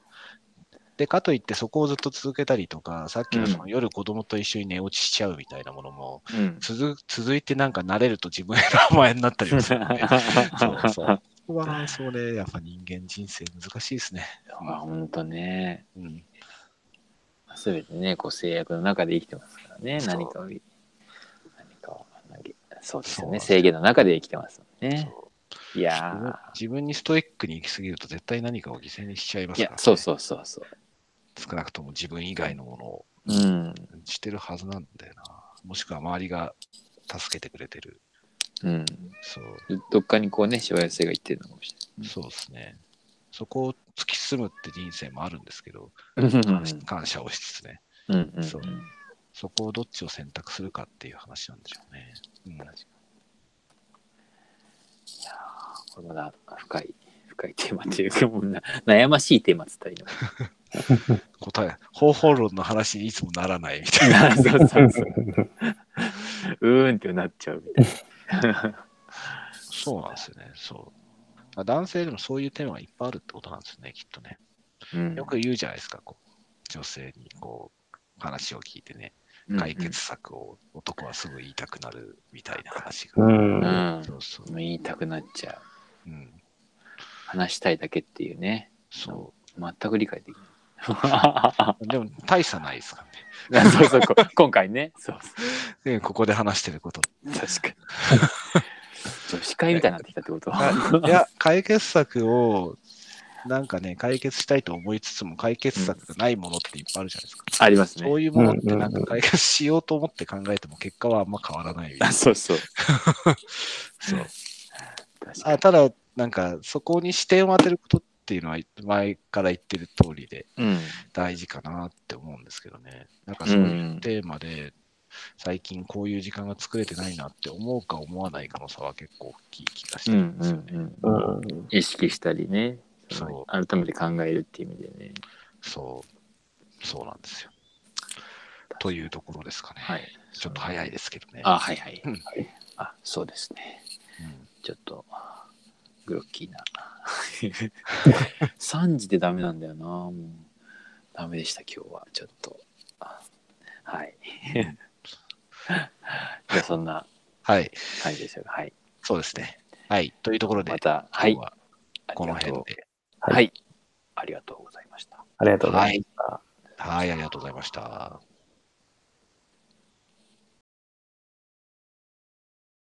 Speaker 1: で、かといってそこをずっと続けたりとか、さっきのその夜子供と一緒に寝落ちしちゃうみたいなものも、
Speaker 2: うん。
Speaker 1: 続続いてなんか慣れると自分への甘えになったりもするの
Speaker 2: (laughs)
Speaker 1: で、そうそう。ここは、それ、やっぱ人間人生難しいですね。
Speaker 2: まあ、ほんとね。
Speaker 1: うん。
Speaker 2: すべてね、こう制約の中で生きてますからね。
Speaker 1: そう
Speaker 2: 何かを、何かを投げ、そうですよ
Speaker 1: そうなん
Speaker 2: ね。
Speaker 1: です
Speaker 2: 制限の中で生きてますもんね
Speaker 1: そ。
Speaker 2: いや
Speaker 1: 自分にストイックに行き過ぎると絶対何かを犠牲にしちゃいま
Speaker 2: ー。い
Speaker 1: すから、
Speaker 2: や
Speaker 1: ね、。
Speaker 2: そうそうそうそう
Speaker 1: 少なくとも自分以外のものを。
Speaker 2: うん。
Speaker 1: してるはずなんだよな。もしくは周りが助けてくれてる。
Speaker 2: うん。
Speaker 1: そう。
Speaker 2: どっかにこうね、しわ寄せがいってるのかもし
Speaker 1: そうですね。そこを突き進むって人生もあるんですけど、
Speaker 2: れない。
Speaker 1: 感感謝をしつつね、
Speaker 2: うんうんうん。
Speaker 1: そうそこをどっちを選択するかっていう話なんでしょうね。うん、
Speaker 2: 確かいやーこれまだ深い、深いテーマというか、もうな悩ましいテーマっつったらいいのか
Speaker 1: 答え、方法論の話にいつもならないみたいな。
Speaker 2: な。そうそうそう。うーんってなっちゃうみたい
Speaker 1: (laughs) そうなんですよね。そう。男性でもそういうテーマがいっぱいあるってことなんですね、きっとね。
Speaker 2: な。うん
Speaker 1: よく言うじゃないですか、こう女性にこう話を聞いてね、解決。策を男はすぐ言いたくなるみたいな話
Speaker 3: う。
Speaker 1: が。
Speaker 2: うんん。うん
Speaker 1: そうそう
Speaker 2: もう。言いたくなっちゃ
Speaker 1: うん、
Speaker 2: 話したいだけっていうね。
Speaker 1: そ
Speaker 2: 全く理解できな
Speaker 1: う。でも、大差ないですからね
Speaker 2: い。そうそう、こ今回ね。そうそ
Speaker 1: で。ここで話してること。
Speaker 2: う確かに。女子会みたいになってきたってことは。
Speaker 1: (laughs) あいや、解決策を、なんかね、解決したいと思いつつも、解決策がないものっていっぱいあるじゃないですか。
Speaker 2: あります
Speaker 1: そ
Speaker 2: ね。
Speaker 1: ういうものって、
Speaker 3: うんうんう
Speaker 1: なんか
Speaker 3: ん
Speaker 1: 解決しようと思って考えても、結果はあんま変わら (laughs) ないみたい
Speaker 2: あ
Speaker 1: な。
Speaker 2: そうそう。
Speaker 1: そう
Speaker 2: 確か
Speaker 1: あ
Speaker 2: に。
Speaker 1: ただ、なんか、そこに視点を当てることっていうのは、前から言ってる通りで、
Speaker 2: うん。
Speaker 1: 大事かなって思うんですけどね。なんかそういうテーマで、最近こういう時間が作れてないなって思うか思わないかの差は結構大きい気がして
Speaker 2: う
Speaker 1: る
Speaker 2: ん
Speaker 1: んですよね。
Speaker 2: うんうん。
Speaker 3: うん。
Speaker 2: 意識したりね。
Speaker 1: そう
Speaker 2: 改めて考えるっていう意味でね。
Speaker 1: そう、そうなんですよ。というところですかね。
Speaker 2: はい。
Speaker 1: ちょっと早いですけどね。
Speaker 2: あ、はいはい
Speaker 1: うん。
Speaker 2: あ、そうですね。
Speaker 1: うん
Speaker 2: ちょっと、グロッキ
Speaker 1: (laughs)
Speaker 2: ーな。3時でダメなんだよな。もうダメでした、今日は。ちょっと。あはい。じ (laughs) ゃあ、そんな
Speaker 1: はい、
Speaker 2: 感じでしょうか。はい。
Speaker 1: そうですね。はい、というところで、
Speaker 2: また、はい
Speaker 1: 今日。はこの辺で。
Speaker 2: はい。ありがとうございました。
Speaker 3: ありがとうございました。
Speaker 1: はい、ありがとうございました。